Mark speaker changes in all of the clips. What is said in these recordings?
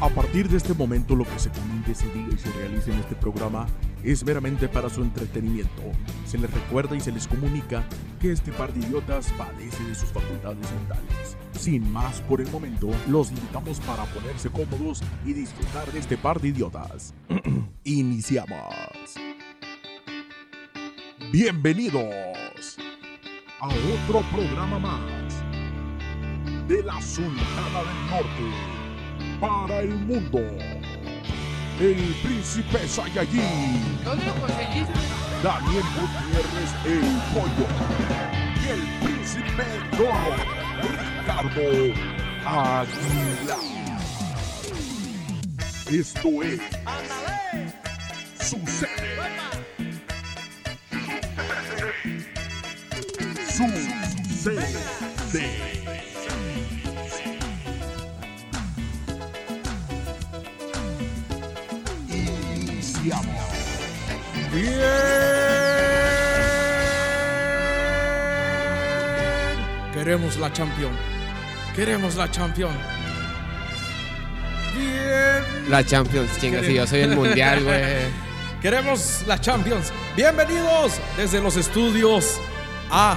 Speaker 1: A partir de este momento lo que se comente, se diga y se realice en este programa es meramente para su entretenimiento. Se les recuerda y se les comunica que este par de idiotas padece de sus facultades mentales. Sin más por el momento, los invitamos para ponerse cómodos y disfrutar de este par de idiotas. Iniciamos. Bienvenidos a otro programa más de la Sultana del Norte para el mundo. El príncipe Saiyajin,
Speaker 2: ¿Dónde lo conseguiste?
Speaker 1: Daniel Gutiérrez el Pollo, y el príncipe Toro, Ricardo Aguilar. Esto es. Sucede. Sucede. Iniciamos.
Speaker 3: Queremos la champion. Queremos la champion. Bien.
Speaker 4: La Champions, chinga, si yo soy el mundial, güey.
Speaker 3: Queremos la champions. Bienvenidos desde los estudios A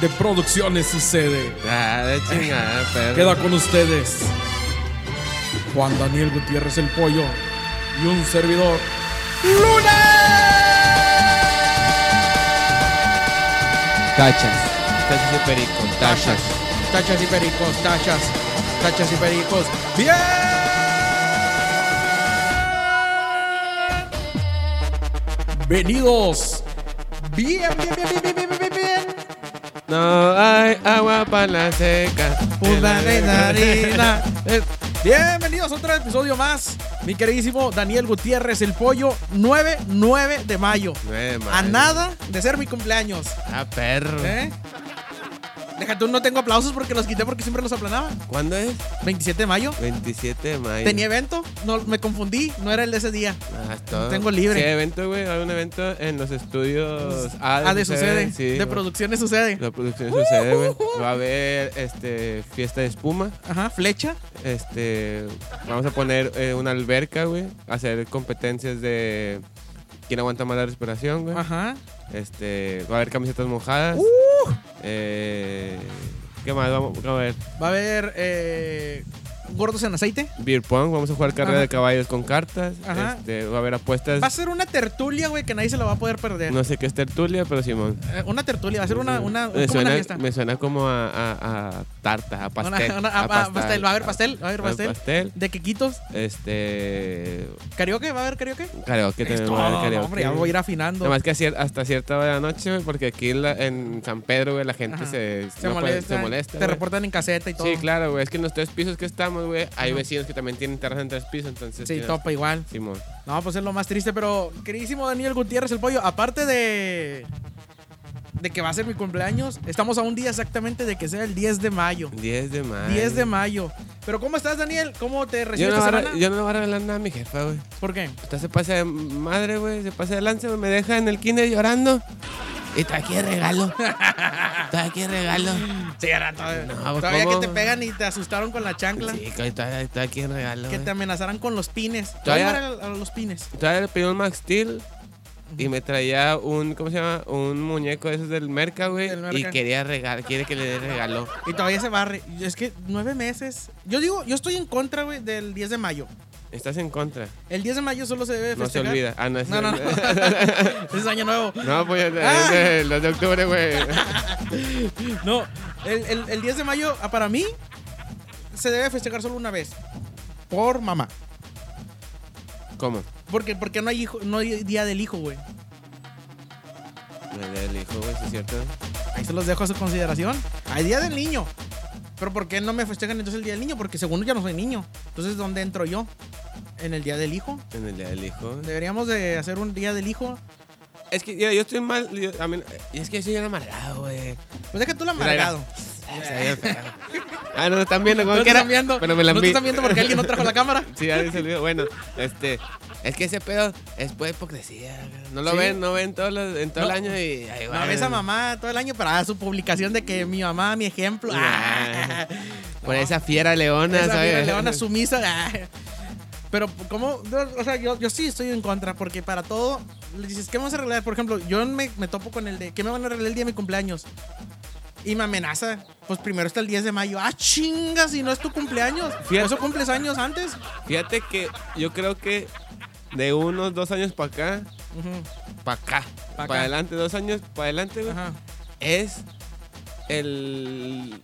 Speaker 3: de Producciones Sucede.
Speaker 4: Ah, de chingada, perro.
Speaker 3: Queda con ustedes Juan Daniel Gutiérrez el Pollo y un servidor.
Speaker 4: Tachas. Tachas y perico. Tachas.
Speaker 3: Tachas y pericos, tachas. Tachas y pericos. Bien. Bienvenidos. Bien, bien, bien, bien, bien, bien, bien, bien, bien.
Speaker 4: No hay agua para la seca.
Speaker 3: Pues Eh, Bienvenidos a otro episodio más. Mi queridísimo Daniel Gutiérrez, el pollo, 9-9 de mayo.
Speaker 4: Nueve,
Speaker 3: A
Speaker 4: madre.
Speaker 3: nada de ser mi cumpleaños.
Speaker 4: Ah, perro.
Speaker 3: ¿Eh? Déjate, no tengo aplausos porque los quité porque siempre los aplanaba.
Speaker 4: ¿Cuándo es?
Speaker 3: 27 de mayo.
Speaker 4: 27 de mayo.
Speaker 3: Tenía evento, no, me confundí, no era el de ese día.
Speaker 4: Ah, es todo.
Speaker 3: Tengo libre.
Speaker 4: Sí, hay evento, güey. Hay un evento en los estudios.
Speaker 3: Ah, de
Speaker 4: Sucede,
Speaker 3: sucede.
Speaker 4: Sí,
Speaker 3: de Uh,
Speaker 4: güey.
Speaker 3: producciones sucede.
Speaker 4: La producción sucede, güey. Va a haber este, fiesta de espuma.
Speaker 3: Ajá, flecha.
Speaker 4: Este, vamos a poner eh, una alberca, güey. Hacer competencias de quién aguanta más la respiración, güey.
Speaker 3: Ajá.
Speaker 4: Este, va a haber camisetas mojadas.
Speaker 3: Uh.
Speaker 4: Eh, ¿Qué más? Vamos, a ver.
Speaker 3: Va a haber eh, gordos en aceite.
Speaker 4: Beer pong, vamos a jugar carrera
Speaker 3: Ajá.
Speaker 4: de caballos con cartas.
Speaker 3: Ajá.
Speaker 4: Este, va a haber apuestas.
Speaker 3: Va a ser una tertulia, güey, que nadie se la va a poder perder.
Speaker 4: No sé qué es tertulia, pero Simón.
Speaker 3: Eh, Una tertulia, va a ser una, una,
Speaker 4: me,
Speaker 3: como
Speaker 4: suena,
Speaker 3: una fiesta.
Speaker 4: me suena como a, a- a tarta, a pastel.
Speaker 3: Una- una- a- a pastel, va a haber pastel, va a haber pastel. De quequitos,
Speaker 4: Este.
Speaker 3: karaoke, va a haber karaoke.
Speaker 4: Karaoke
Speaker 3: Es
Speaker 4: también.
Speaker 3: todo,
Speaker 4: va a haber
Speaker 3: no,
Speaker 4: karaoke.
Speaker 3: hombre, ya voy a ir afinando.
Speaker 4: Nada más que a cier- hasta cierta hora de la noche, güey, porque aquí en, la- en San Pedro, güey, la gente
Speaker 3: Ajá.
Speaker 4: se,
Speaker 3: se,
Speaker 4: no puede-
Speaker 3: molesta,
Speaker 4: se molesta,
Speaker 3: Te
Speaker 4: güey.
Speaker 3: reportan en caseta y todo.
Speaker 4: Sí, claro, güey. Es que en los tres pisos que estamos, güey, hay
Speaker 3: Ajá.
Speaker 4: vecinos que también tienen terraza en tres pisos, entonces.
Speaker 3: Sí,
Speaker 4: tienes-
Speaker 3: topa igual.
Speaker 4: Simón.
Speaker 3: No, pues es lo más triste, pero queridísimo Daniel Gutiérrez el Pollo, aparte de de que va a ser mi cumpleaños, estamos a un día exactamente de que sea el 10 de mayo.
Speaker 4: 10 de mayo.
Speaker 3: 10 de mayo. Pero ¿cómo estás, Daniel? ¿Cómo te
Speaker 4: Yo
Speaker 3: recibes
Speaker 4: no,
Speaker 3: esta
Speaker 4: voy a-
Speaker 3: semana?
Speaker 4: yo no le voy a regalar nada a mi jefa, güey.
Speaker 3: ¿Por qué?
Speaker 4: Usted se pasa de madre, güey. Se pasa de lanza, güey. Me deja en el kinder llorando. Y está aquí regalo. Está aquí regalo.
Speaker 3: Sí, era todavía.
Speaker 4: No, pues,
Speaker 3: todavía
Speaker 4: ¿cómo?
Speaker 3: que te pegan y te asustaron con la chancla,
Speaker 4: Sí, está, está aquí regalo.
Speaker 3: que
Speaker 4: güey.
Speaker 3: te amenazaran con los pines. Te voy a
Speaker 4: Todavía-
Speaker 3: llevar a- a los pines.
Speaker 4: Todavía le pedí un Max Steel y me traía un, ¿cómo se llama? Un muñeco de esos del Merca, güey.
Speaker 3: Del
Speaker 4: Y
Speaker 3: Merca.
Speaker 4: quería regalar, quiere que le dé regalo.
Speaker 3: Y todavía se barre. Y Es que nueve meses. Yo digo, yo estoy en contra, güey, del 10 de mayo.
Speaker 4: Estás en contra.
Speaker 3: El 10 de mayo solo se debe
Speaker 4: No se
Speaker 3: festejar.
Speaker 4: olvida. Ah, no, es
Speaker 3: No, no, no. es año nuevo.
Speaker 4: No, pues
Speaker 3: Ah.
Speaker 4: es de los de octubre, güey.
Speaker 3: No, el, el- el 10 de mayo, ah, para mí, se debe festejar solo una vez. Por mamá.
Speaker 4: ¿Cómo?
Speaker 3: Porque, porque no, hay hijo, no hay día del hijo, güey.
Speaker 4: El del hijo, güey, ¿sí es cierto.
Speaker 3: Ahí se los dejo a su consideración. Hay día del niño. Pero ¿por qué no me festejan entonces el día del niño? Porque según yo no soy niño. Entonces, ¿dónde entro yo? ¿En el día del hijo?
Speaker 4: En el día del hijo.
Speaker 3: Deberíamos de hacer un día del hijo.
Speaker 4: Es que yo, yo estoy mal. yo- a mí- y es que yo soy bien amargado, güey.
Speaker 3: Pues deja tú la
Speaker 4: Mira, mira.
Speaker 3: amargado.
Speaker 4: O sea, yo- ah, no, están viendo, como
Speaker 3: No te
Speaker 4: quiera.
Speaker 3: están viendo.
Speaker 4: Pero me la
Speaker 3: no te
Speaker 4: vi.
Speaker 3: están viendo porque alguien no trajo la cámara.
Speaker 4: Sí, ya se olvidó. Bueno, este. Es que ese pedo es por hipocresía. güey. No lo
Speaker 3: Sí.
Speaker 4: ven, no ven todos los- en todo
Speaker 3: No.
Speaker 4: el año y. Ay,
Speaker 3: No,
Speaker 4: güey.
Speaker 3: ves a mamá todo el año para su publicación de que mi mamá, mi ejemplo.
Speaker 4: Ah.
Speaker 3: Ah.
Speaker 4: Por esa fiera leona,
Speaker 3: Esa
Speaker 4: ¿sabes?
Speaker 3: mira, leona sumisa. ah. Pero, ¿cómo? Yo- O sea, yo, yo sí estoy en contra, porque para todo, le dices, ¿qué vamos a arreglar? Por ejemplo, yo me, me topo con el de, ¿qué me van a arreglar el día de mi cumpleaños? Y me amenaza, pues primero está el 10 de mayo. ¡Ah, chingas! Si no es tu cumpleaños.
Speaker 4: Fíjate.
Speaker 3: ¿Eso cumples años antes?
Speaker 4: Fíjate que yo creo que de unos dos años para acá,
Speaker 3: Ujú,
Speaker 4: para acá,
Speaker 3: Pa'
Speaker 4: para
Speaker 3: acá.
Speaker 4: adelante, dos años para adelante, güey,
Speaker 3: Ajá.
Speaker 4: es el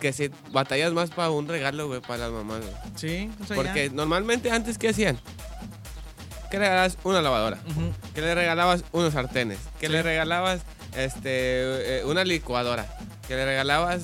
Speaker 4: que se batallas más para un regalo, güey, para las mamás, güey.
Speaker 3: Sí, o sea, ya.
Speaker 4: Porque normalmente antes, ¿qué hacían? Que le regalabas una lavadora,
Speaker 3: Ujú,
Speaker 4: que le regalabas unos sartenes, que
Speaker 3: Sí.
Speaker 4: le regalabas este, eh, una licuadora, que le regalabas...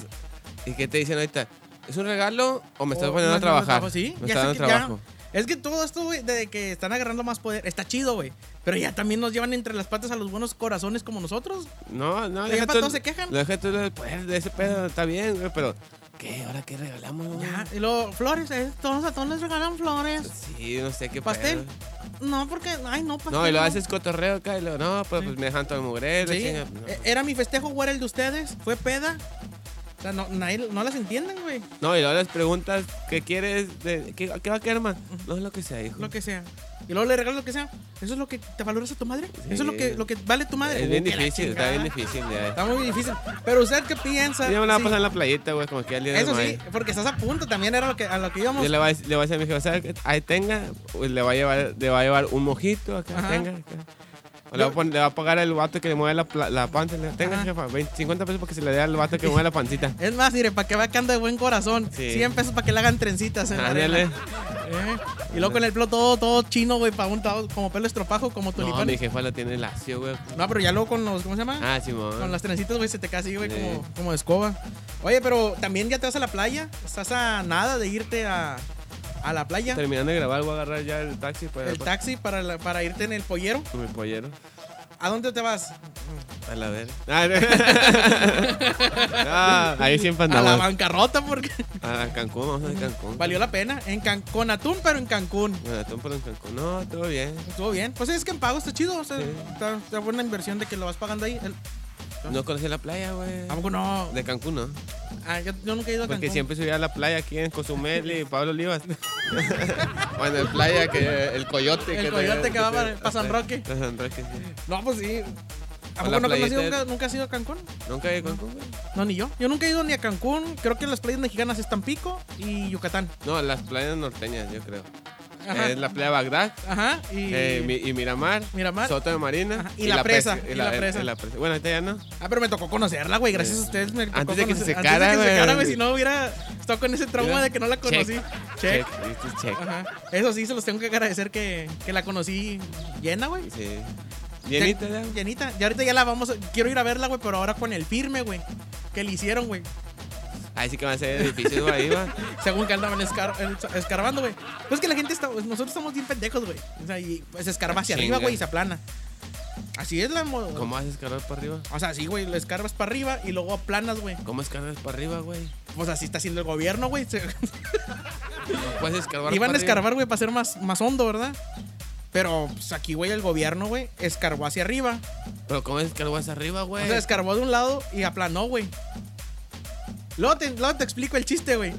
Speaker 4: ¿Y qué te dicen ahorita? ¿Es un regalo o me estás
Speaker 3: O,
Speaker 4: poniendo
Speaker 3: no,
Speaker 4: a
Speaker 3: Oh, no,
Speaker 4: trabajar?
Speaker 3: no, sí, ya
Speaker 4: Me estás
Speaker 3: sé
Speaker 4: dando
Speaker 3: que ya-
Speaker 4: trabajo.
Speaker 3: Es que todo esto, güey, de que están agarrando más poder, está chido, güey. Pero ya también nos llevan entre las patas a los buenos corazones como nosotros.
Speaker 4: No, no,
Speaker 3: Pero ya
Speaker 4: deja
Speaker 3: pa'
Speaker 4: tú-
Speaker 3: todos se quejan.
Speaker 4: Deja tú el poder de ese pedo, está bien, güey, pero ¿qué? ¿Ahora qué regalamos? güey?
Speaker 3: Ya, y luego, flores, eh, todos a todos les regalan flores.
Speaker 4: Sí, no sé qué
Speaker 3: ¿Pastel?
Speaker 4: pedo.
Speaker 3: No, porque, ay, no, pastel.
Speaker 4: No, y lo haces cotorreo acá y luego, no, pues, pues me dejan todo el mugrero.
Speaker 3: Sí,
Speaker 4: chinga,
Speaker 3: eh,
Speaker 4: no.
Speaker 3: era mi festejo, o era el de ustedes, fue peda. O sea, no, nadie- no las entienden, güey,
Speaker 4: No, y luego les preguntas, ¿qué quieres? De, ¿qué, qué va a querer más? No, lo que sea, hijo.
Speaker 3: lo que sea. Y luego le regalas lo que sea. ¿Eso es lo que te valoras a tu madre?
Speaker 4: Sí.
Speaker 3: ¿Eso es lo que, lo que vale tu madre?
Speaker 4: Es bien
Speaker 3: Uh, que la
Speaker 4: difícil, está
Speaker 3: chingada.
Speaker 4: bien difícil. Ya,
Speaker 3: Está muy difícil. Pero usted qué piensa.
Speaker 4: Yo me la voy a
Speaker 3: Sí,
Speaker 4: pasar en la playita, güey, como que al día de
Speaker 3: Eso sí,
Speaker 4: mayo.
Speaker 3: porque estás a punto, también era lo que, a lo que íbamos.
Speaker 4: Yo le voy, a, decir- le voy a decir a mi jefe, ¿sabes qué? Ahí tenga, pues, le va a llevar, le va a llevar un mojito acá,
Speaker 3: Ajá.
Speaker 4: tenga. acá. O le, va a poner- le va a pagar el vato que le mueve la, pla- la panza. Le, tenga,
Speaker 3: Ajá.
Speaker 4: jefa, 20, 50 pesos para que se le dé al vato que mueve la pancita.
Speaker 3: Es más, mire, para que vaya que anda de buen corazón.
Speaker 4: Sí.
Speaker 3: 100 pesos para que le hagan trencitas. en la
Speaker 4: Ándale.
Speaker 3: arena. Eh, Y luego con el pelo todo, todo chino, güey, para un todo, como pelo estropajo, como
Speaker 4: No,
Speaker 3: tulipán.
Speaker 4: mi jefa la tiene lacio, güey.
Speaker 3: No, pero ya luego con los, ¿cómo se llama?
Speaker 4: Ah, Simón.
Speaker 3: Con las trencitas, güey, se te cae así, güey,
Speaker 4: Sí.
Speaker 3: como, como de escoba. Oye, pero también ya te vas a la playa. Estás a nada de irte a, a la playa.
Speaker 4: Terminando de grabar, voy a agarrar ya el taxi para,
Speaker 3: El taxi para, la- para irte en el pollero.
Speaker 4: con mi pollero.
Speaker 3: ¿A dónde te vas?
Speaker 4: A la ver. Ah, no. Ah, ahí siempre
Speaker 3: A la
Speaker 4: andamos.
Speaker 3: bancarrota porque
Speaker 4: A, Cancún, vamos a Cancún.
Speaker 3: valió la pena. En Can- con Atún, pero en Cancún.
Speaker 4: Bueno, tú por en Cancún. No, todo bien.
Speaker 3: Estuvo bien. Pues es que en pago está chido. O sea,
Speaker 4: Sí.
Speaker 3: está, está buena inversión de que lo vas pagando ahí. El-
Speaker 4: No conocí la playa, güey.
Speaker 3: ¿A poco no?
Speaker 4: De Cancún, ¿no?
Speaker 3: Ah, yo, yo nunca he ido a Ah, Cancún.
Speaker 4: Porque siempre subía a la playa aquí en Cozumel y Pablo Olivas. bueno, en playa, que el coyote.
Speaker 3: El
Speaker 4: te-
Speaker 3: coyote que va para- para San Roque.
Speaker 4: Para San Roque, sí.
Speaker 3: No, pues sí. ¿A
Speaker 4: O
Speaker 3: poco
Speaker 4: la
Speaker 3: no, has ido,
Speaker 4: playita
Speaker 3: nunca,
Speaker 4: del-
Speaker 3: nunca has ido a Cancún?
Speaker 4: Nunca he ido a Cancún, güey.
Speaker 3: No, ni yo. Yo nunca he ido ni a Cancún. Creo que las playas mexicanas es Tampico y Yucatán.
Speaker 4: No, las playas norteñas, yo creo.
Speaker 3: Ajá.
Speaker 4: Es la playa Bagdad
Speaker 3: Ajá. Y.
Speaker 4: eh, mi- y Miramar.
Speaker 3: Miramar.
Speaker 4: Sota de Marina.
Speaker 3: Ajá, y la presa,
Speaker 4: pesca-
Speaker 3: y la presa.
Speaker 4: Bueno, ahorita ya no.
Speaker 3: Ah, pero me tocó conocerla, güey. Gracias a ustedes me tocó
Speaker 4: Antes de que se
Speaker 3: conocer-
Speaker 4: secara,
Speaker 3: Antes de que se
Speaker 4: güey.
Speaker 3: secara, güey. Si no hubiera estado con ese trauma
Speaker 4: Mira.
Speaker 3: de que no la conocí. Check.
Speaker 4: Check. Viste, check.
Speaker 3: Ajá. Eso sí, se los tengo que agradecer que, que la conocí llena, güey.
Speaker 4: Sí. Llenita ya. güey.
Speaker 3: Llenita. Y ahorita ya la vamos. a- Quiero ir a verla, güey, pero ahora con el firme, güey. Que le hicieron, güey.
Speaker 4: Ahí sí que va a ser difícil, güey. Ahí va.
Speaker 3: Según que andaban escar- eh, escarbando, güey. Pues que la gente está. Nosotros estamos bien pendejos, güey. O sea, y pues escarba hacia
Speaker 4: Chinga.
Speaker 3: arriba, güey, y se aplana. Así es la moda.
Speaker 4: ¿Cómo haces cargar para arriba?
Speaker 3: O sea, sí, güey, lo escarbas para arriba y luego aplanas, güey.
Speaker 4: ¿Cómo escarbas para arriba, güey?
Speaker 3: Pues así está haciendo el gobierno, güey. Se-
Speaker 4: ¿No puedes escarbar
Speaker 3: Iban a
Speaker 4: para arriba?
Speaker 3: escarbar, güey, para ser más, más hondo, ¿verdad? Pero pues, aquí, güey, el gobierno, güey, escarbó hacia arriba.
Speaker 4: ¿Pero cómo escarbas arriba, güey?
Speaker 3: O sea, escarbó de un lado y aplanó, güey. Luego te, luego te explico el chiste, güey.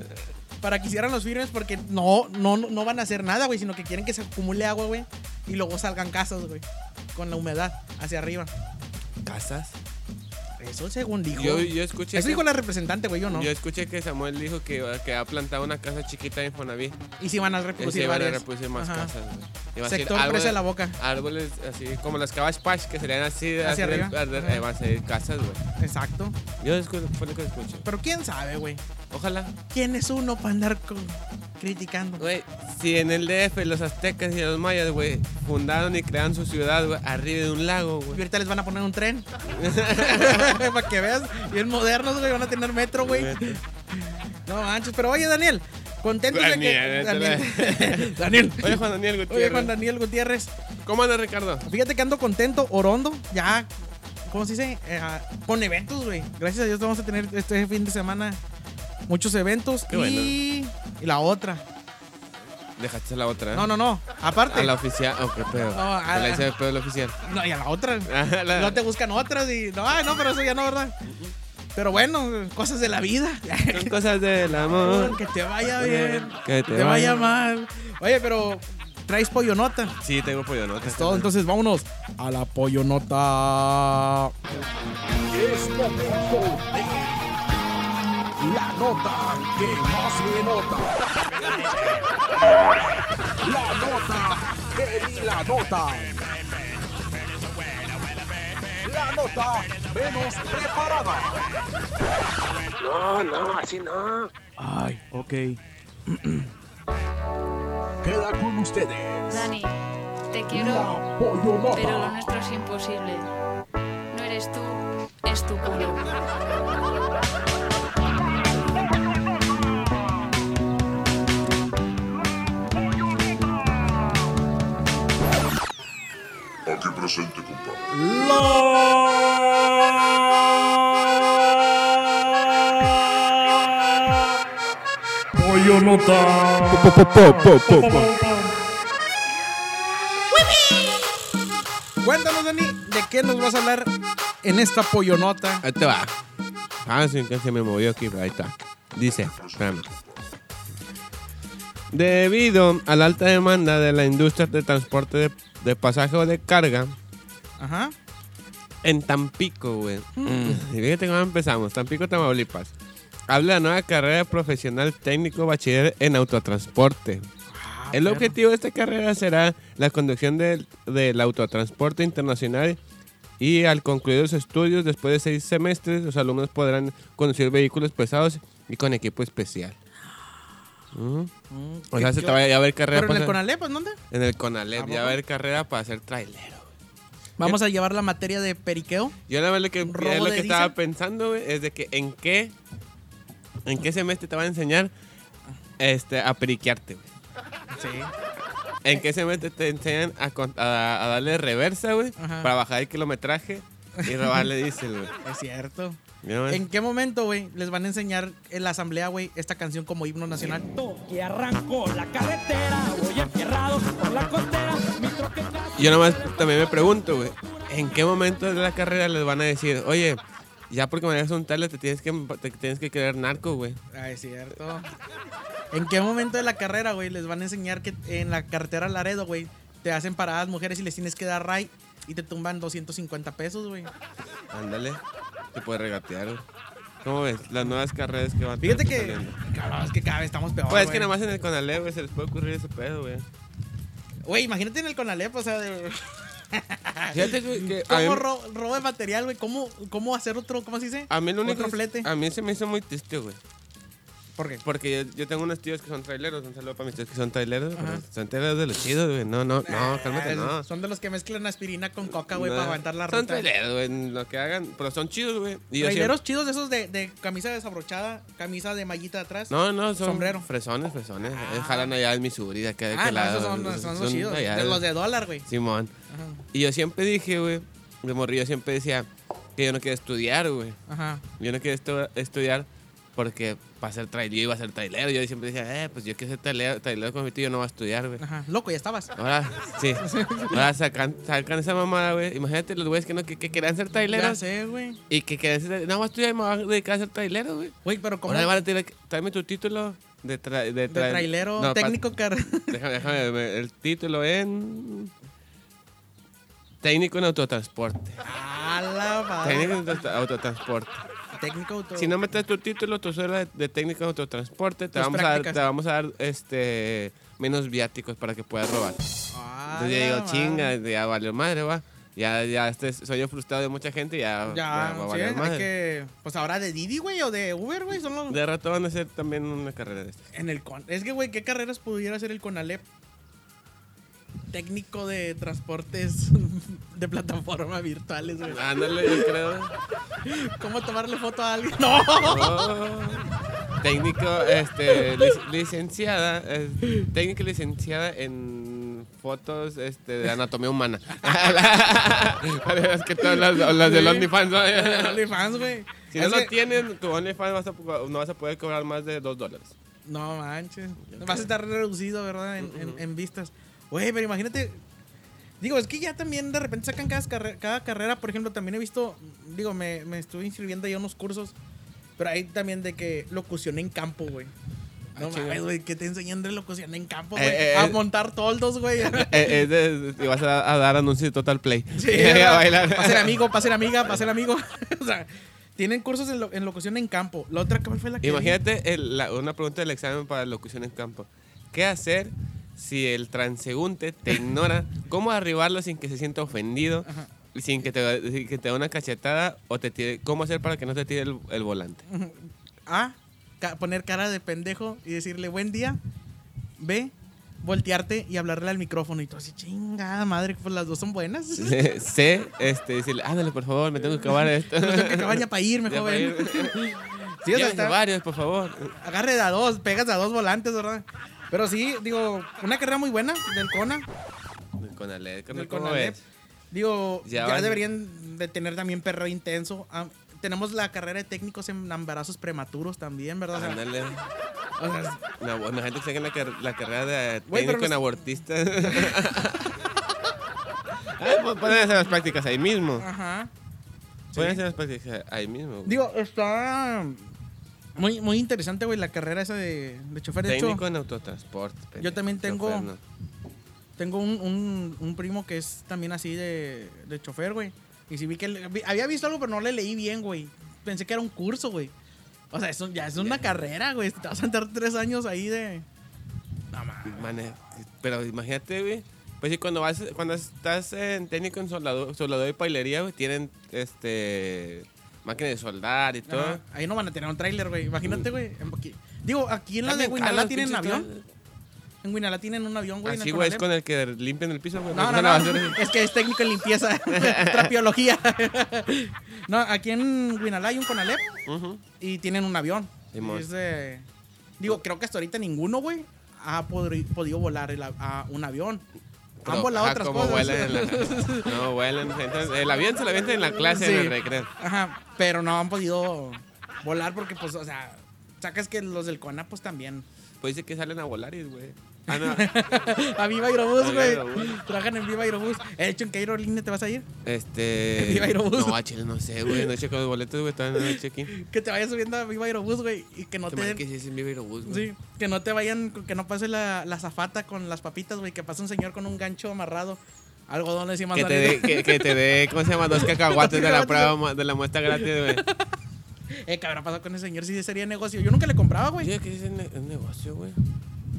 Speaker 3: Para que hicieran los firmes, porque no, no, no van a hacer nada, güey, sino que quieren que se acumule agua, güey. Y luego salgan casas, güey. Con la humedad hacia arriba.
Speaker 4: ¿Casas?
Speaker 3: Eso según dijo.
Speaker 4: Yo, yo escuché...
Speaker 3: Eso
Speaker 4: que-
Speaker 3: dijo la representante, güey, yo no.
Speaker 4: Yo escuché que Samuel dijo que, que ha plantado una casa chiquita en Infonavit.
Speaker 3: Y si van a
Speaker 4: Y se
Speaker 3: reproducir
Speaker 4: iban a
Speaker 3: Pues varias.
Speaker 4: reproducir más
Speaker 3: Ajá.
Speaker 4: casas, güey. Y va a ser
Speaker 3: Sector
Speaker 4: árboles-
Speaker 3: presa de la boca.
Speaker 4: Árboles así, como las cabas Patch, que serían así.
Speaker 3: Hacia
Speaker 4: así del-
Speaker 3: arriba.
Speaker 4: al-
Speaker 3: Ajá.
Speaker 4: eh, van a ser casas, güey.
Speaker 3: Exacto.
Speaker 4: Yo escu- fue lo que escuché.
Speaker 3: Pero quién sabe, güey.
Speaker 4: Ojalá.
Speaker 3: ¿Quién es uno para andar con- criticando?
Speaker 4: Güey, si en el DF los aztecas y los mayas, güey, fundaron y crearon su ciudad, güey, arriba de un lago,
Speaker 3: Y
Speaker 4: güey.
Speaker 3: ahorita les van a poner un tren. Para que veas, bien modernos, güey, van a tener metro, güey. No manches, pero oye, Daniel, contento de que.
Speaker 4: Daniel, este,
Speaker 3: Daniel. Daniel.
Speaker 4: Oye, Juan Daniel Gutiérrez.
Speaker 3: Oye, Juan Daniel Gutiérrez.
Speaker 4: ¿Cómo anda, Ricardo?
Speaker 3: Fíjate que ando contento, orondo, ya. ¿Cómo se dice? Eh, ah, con eventos, güey. Gracias a Dios vamos a tener este fin de semana muchos eventos.
Speaker 4: Qué
Speaker 3: y... y la otra.
Speaker 4: Dejaste la otra. ¿eh?
Speaker 3: No, no, no. Aparte.
Speaker 4: A la oficial. Oh, qué pedo.
Speaker 3: No, a-
Speaker 4: Te la hice de pedo la oficial.
Speaker 3: No, y a la otra.
Speaker 4: A la-
Speaker 3: No te buscan otras y. No, ay, no, pero eso ya no, ¿verdad? Pero bueno, cosas de la vida.
Speaker 4: Son cosas del amor.
Speaker 3: que te vaya bien.
Speaker 4: Que te
Speaker 3: te vaya mal. Oye, pero traes pollonota.
Speaker 4: Sí, tengo pollo, ¿no?
Speaker 3: Todo, entonces vámonos Ah, a la pollonota.
Speaker 1: Este Es momento de la nota que no se nota. La nota que ni la nota. La nota menos preparada.
Speaker 5: No, no, así no.
Speaker 3: Ay, ok.
Speaker 1: Queda con ustedes.
Speaker 2: Dani, te quiero,
Speaker 1: La
Speaker 2: pero lo
Speaker 1: pollonota.
Speaker 2: nuestro es imposible. No eres tú, es tu culo.
Speaker 6: Aquí presente, compadre.
Speaker 3: Cuéntanos, Dani, ¿de qué nos vas a hablar en esta pollonota?
Speaker 4: Ahí te va. Ah, sí, que se me movió aquí, pero ahí está. Dice, espérame. Debido a la alta demanda de la industria de transporte de, de pasaje o de carga
Speaker 3: Ajá.
Speaker 4: en Tampico, güey.
Speaker 3: Mm.
Speaker 4: Y fíjate cómo empezamos. Tampico, Tamaulipas. Habla de la nueva carrera de profesional técnico bachiller en autotransporte.
Speaker 3: Ah,
Speaker 4: El objetivo de esta carrera será la conducción del, del autotransporte internacional y al concluir los estudios, después de seis semestres, los alumnos podrán conducir vehículos pesados y con equipo especial. Ujú. O sea, se te va a ya va a haber
Speaker 3: Mm,
Speaker 4: carrera
Speaker 3: Pero en el
Speaker 4: para-
Speaker 3: Conalep, ¿en dónde?
Speaker 4: en el Conalep,
Speaker 3: ¿A
Speaker 4: ya va a
Speaker 3: poco?
Speaker 4: haber carrera para ser trailero.
Speaker 3: Vamos a llevar la materia de periqueo.
Speaker 4: Yo la verdad lo que, es
Speaker 3: robo
Speaker 4: lo
Speaker 3: de
Speaker 4: que estaba
Speaker 3: diésel?
Speaker 4: pensando, güey, es de que en qué, en qué semestre te van a enseñar este, a periquearte, güey.
Speaker 3: Sí.
Speaker 4: ¿En qué semestre te enseñan a, con- a- a darle reversa, güey?
Speaker 3: Ajá.
Speaker 4: Para bajar el kilometraje y robarle diésel, güey.
Speaker 3: Es cierto.
Speaker 4: Mira, güey.
Speaker 3: ¿En qué momento, güey, les van a enseñar en la asamblea, güey, esta canción como himno nacional?
Speaker 7: que arranco la carretera, voy enfierrado por la costera, mi troque
Speaker 4: Yo nomás también me pregunto, güey, ¿en qué momento de la carrera les van a decir, oye, ya porque manejas un tale te tienes que, te tienes que creer narco, güey?
Speaker 3: Ah, es cierto. ¿En qué momento de la carrera, güey, les van a enseñar que en la carretera Laredo, güey, te hacen paradas mujeres y les tienes que dar ray y te tumban 250 pesos, güey?
Speaker 4: Ándale, te puedes regatear, güey. ¿Cómo ves? Las nuevas carreras que van
Speaker 3: Fíjate que.
Speaker 4: saliendo.
Speaker 3: Cabrón, es que cada vez estamos peor.
Speaker 4: Pues es que
Speaker 3: Ah, güey.
Speaker 4: nomás en el Conalep, güey, se les puede ocurrir ese pedo, güey.
Speaker 3: Güey, imagínate en el Conalep, o sea, de-
Speaker 4: Fíjate que, que Eh, a, mí,
Speaker 3: Ah, ¿cómo ro- robo de material, güey? ¿Cómo, ¿Cómo hacer otro, cómo se dice?
Speaker 4: a mí lo único
Speaker 3: Otro
Speaker 4: que-
Speaker 3: flete.
Speaker 4: a mí se me hizo muy triste, güey.
Speaker 3: ¿Por qué?
Speaker 4: Porque yo, yo tengo unos tíos que son traileros, un saludo para mis tíos que son traileros, pero son traileros de los chidos, güey. No, no, no, cálmate, no.
Speaker 3: Ah, Son de los que mezclan aspirina con coca, güey,
Speaker 4: No,
Speaker 3: para aguantar la
Speaker 4: Son
Speaker 3: ruta.
Speaker 4: traileros, güey, lo que hagan, pero son chidos, güey. Y yo
Speaker 3: Traileros chidos de esos de, de camisa desabrochada, camisa de mallita atrás.
Speaker 4: siempre- No, no, son
Speaker 3: Sombrero.
Speaker 4: fresones, fresones. Eh, Jalan allá en Missouri, de acá de
Speaker 3: ah,
Speaker 4: aquel
Speaker 3: no,
Speaker 4: lado,
Speaker 3: esos son,
Speaker 4: güey,
Speaker 3: son los chidos.
Speaker 4: allá
Speaker 3: De los de dólar, güey.
Speaker 4: Simón. Y yo siempre dije, güey, de morrillo siempre decía que yo no quería estudiar, güey.
Speaker 3: Ajá.
Speaker 4: Yo no quería estu- estudiar porque para ser trailero, yo iba a ser trailero. Yo siempre decía, eh, pues yo quiero ser trailero, trailero con mi tío, yo no voy a estudiar, güey.
Speaker 3: Ajá. Loco, ya estabas.
Speaker 4: Ahora, sí. Ahora sacan, sacan esa mamada, güey. Imagínate los güeyes que, no, que, que querían ser
Speaker 3: Ya
Speaker 4: traileros
Speaker 3: sé, güey.
Speaker 4: y que querían ser No, voy a estudiar y me voy a dedicar a ser trailero, güey.
Speaker 3: Güey, pero como
Speaker 4: Ahora van a tener que- tráeme tu título de, tra- de,
Speaker 3: de
Speaker 4: tra-
Speaker 3: trailero
Speaker 4: No, pa-
Speaker 3: técnico car-
Speaker 4: Déjame, déjame, ver, el título en... Técnico en autotransporte.
Speaker 3: A Ah, la madre.
Speaker 4: Técnico en auto- autotransporte.
Speaker 3: Técnico auto.
Speaker 4: Si no metes tu título, tu sueldo de, de técnico en autotransporte, te
Speaker 3: Tus
Speaker 4: vamos, a dar,
Speaker 3: prácticas.
Speaker 4: te vamos a dar este menos viáticos para que puedas robar. Entonces
Speaker 3: A
Speaker 4: yo
Speaker 3: Ah, la
Speaker 4: digo,
Speaker 3: madre.
Speaker 4: chinga, ya valió madre, va. Ya, ya este, soy yo frustrado de mucha gente, ya,
Speaker 3: Ya,
Speaker 4: va a
Speaker 3: sí,
Speaker 4: valer
Speaker 3: hay
Speaker 4: madre.
Speaker 3: que. Pues ahora de Didi, güey, o de Uber, güey. Son los.
Speaker 4: De rato van a hacer también una carrera de estas.
Speaker 3: En el con... Es que, güey, ¿qué carreras pudiera hacer el Conalep? Técnico de transportes de plataforma virtuales, güey.
Speaker 4: Ándale, yo creo.
Speaker 3: ¿Cómo tomarle foto a alguien? ¡No!
Speaker 4: Oh. Técnico, este, lic- licenciada, eh, técnica licenciada en fotos este, de anatomía humana. Vale, es que todas las, las del OnlyFans. ¿no?
Speaker 3: OnlyFans, güey.
Speaker 4: Si
Speaker 3: Es
Speaker 4: no lo
Speaker 3: que-
Speaker 4: tienen, tu OnlyFans vas a po- no vas a poder cobrar más de 2 dólares.
Speaker 3: No manches. Vas a estar reducido, ¿verdad? En, en- en vistas. Güey, pero imagínate. Digo, es que ya también de repente sacan cada, carre- cada carrera. Por ejemplo, también he visto, digo, me, me estuve inscribiendo ya a unos cursos. Pero hay también de que locución en campo, güey. No mames, güey, que te enseñan de locución en campo, güey.
Speaker 4: Ah, Eh, eh,
Speaker 3: a
Speaker 4: eh.
Speaker 3: montar toldos, güey.
Speaker 4: Eh, eh, de- de- y vas a, a dar anuncios de Total Play.
Speaker 3: Sí,
Speaker 4: a bailar.
Speaker 3: Para ser amigo, para ser amiga, para ser amigo. o sea, tienen cursos en, lo- en locución en campo. La otra, ¿cuál fue la que? vi?
Speaker 4: Imagínate el- la- una pregunta del examen para locución en campo. ¿Qué hacer si el transeúnte te ignora? ¿Cómo arribarlo sin que se sienta ofendido? y Sin que te, sin que te dé una cachetada o te tire, ¿Cómo hacer para que no te tire el, el volante?
Speaker 3: A, ca- poner cara de pendejo y decirle buen día. B, voltearte y hablarle al micrófono. Y tú así, chingada madre, pues las dos son buenas. Pero
Speaker 4: C, este, decirle, ándale, por favor, me tengo que acabar esto.
Speaker 3: tengo Pues que acabar ya para irme,
Speaker 4: Ya para
Speaker 3: joven.
Speaker 4: ir.
Speaker 3: Sí, o sea,
Speaker 4: Llévense
Speaker 3: está-
Speaker 4: varios, por favor.
Speaker 3: agarre de a dos, pegas de a dos volantes, ¿verdad? Pero sí, digo, una carrera muy buena del CONA.
Speaker 4: Con Aled, con
Speaker 3: del
Speaker 4: el ¿cómo
Speaker 3: CONALEP.
Speaker 4: ves?
Speaker 3: Digo, ya,
Speaker 4: Ya van-
Speaker 3: deberían de tener también perro intenso. Ah, tenemos la carrera de técnicos en embarazos prematuros también, ¿verdad? O sea,
Speaker 4: Ándale.
Speaker 3: o sea,
Speaker 4: No, bueno, gente que saca la, car- la carrera de
Speaker 3: Güey, pero
Speaker 4: técnico en
Speaker 3: no-
Speaker 4: abortista. Ay, pues, pueden hacer las prácticas ahí mismo.
Speaker 3: ajá.
Speaker 4: Pueden
Speaker 3: Sí.
Speaker 4: hacer las prácticas ahí mismo. güey.
Speaker 3: Digo, está muy, muy interesante, güey, la carrera esa de, de chofer. De
Speaker 4: técnico
Speaker 3: hecho,
Speaker 4: en autotransporte. pendejo.
Speaker 3: también tengo-
Speaker 4: Chofer, no.
Speaker 3: tengo un, un- un primo que es también así de, de chofer, güey. Y sí vi que le- vi- había visto algo, pero no le leí bien, güey. Pensé que era un curso, güey. O sea, eso ya es una carrera, güey. Te vas a andar tres años ahí de...
Speaker 4: Mane- Pero imagínate, güey. Pues sí, cuando vas, cuando estás en técnico en soldado, soldador y pailería, güey, tienen este máquina de soldar y todo.
Speaker 3: Ajá. Ahí no van a tener un tráiler, güey. Imagínate, güey. En- aquí- Digo, aquí en la de
Speaker 4: También
Speaker 3: Guinalá
Speaker 4: calan,
Speaker 3: tienen
Speaker 4: pinches,
Speaker 3: avión. En Guinalá tienen un avión, güey. en el
Speaker 4: Así, güey, es
Speaker 3: Conalep.
Speaker 4: con el que limpian el piso, güey.
Speaker 3: No, no,
Speaker 4: la
Speaker 3: no.
Speaker 4: basura.
Speaker 3: Es que es técnico en limpieza, trapiología. no, aquí en Guinalá hay un Conalep
Speaker 4: Ujú.
Speaker 3: y tienen un avión.
Speaker 4: Simón.
Speaker 3: Y es de- Digo, creo que hasta ahorita ninguno, güey, ha podri- podido volar el a- a un avión. Han
Speaker 4: Pero,
Speaker 3: volado
Speaker 4: ajá,
Speaker 3: otras
Speaker 4: como
Speaker 3: cosas.
Speaker 4: vuelan en la- no, vuelan. Entonces, el avión se lo avientan en la clase,
Speaker 3: Sí.
Speaker 4: en el recreo.
Speaker 3: Ajá, pero no han podido volar porque, pues, o sea, sacas que los del CONA, pues, también.
Speaker 4: Pues dice que salen a volar y, güey. Ah, no.
Speaker 3: a Viva Aerobús,
Speaker 4: A Viva
Speaker 3: güey.
Speaker 4: Aerobús.
Speaker 3: Trabajan en Viva Aerobús. De hecho, ¿en qué aerolínea te vas a ir?
Speaker 4: Este.
Speaker 3: Viva Aerobús.
Speaker 4: No, a Chile, no sé, güey. No checo los boletos, güey. Están en el check-in.
Speaker 3: Que te vayas subiendo a Viva Aerobús, güey, y que no
Speaker 4: Qué
Speaker 3: te
Speaker 4: mal
Speaker 3: den...
Speaker 4: que sí es en Viva Aerobús, güey.
Speaker 3: Sí, que no te vayan, que no pase la, la zafata con las papitas, güey, que pase un señor con un gancho amarrado, algodones y más
Speaker 4: Que te dé, que, que te dé, ¿cómo se llama? Dos cacahuates de la prueba, mu- de la muestra gratis, güey.
Speaker 3: Eh, cabrón, pasado con ese señor, sí sería negocio. Yo nunca le compraba,
Speaker 4: Yo
Speaker 3: güey.
Speaker 4: creo que es un ne- un negocio, güey.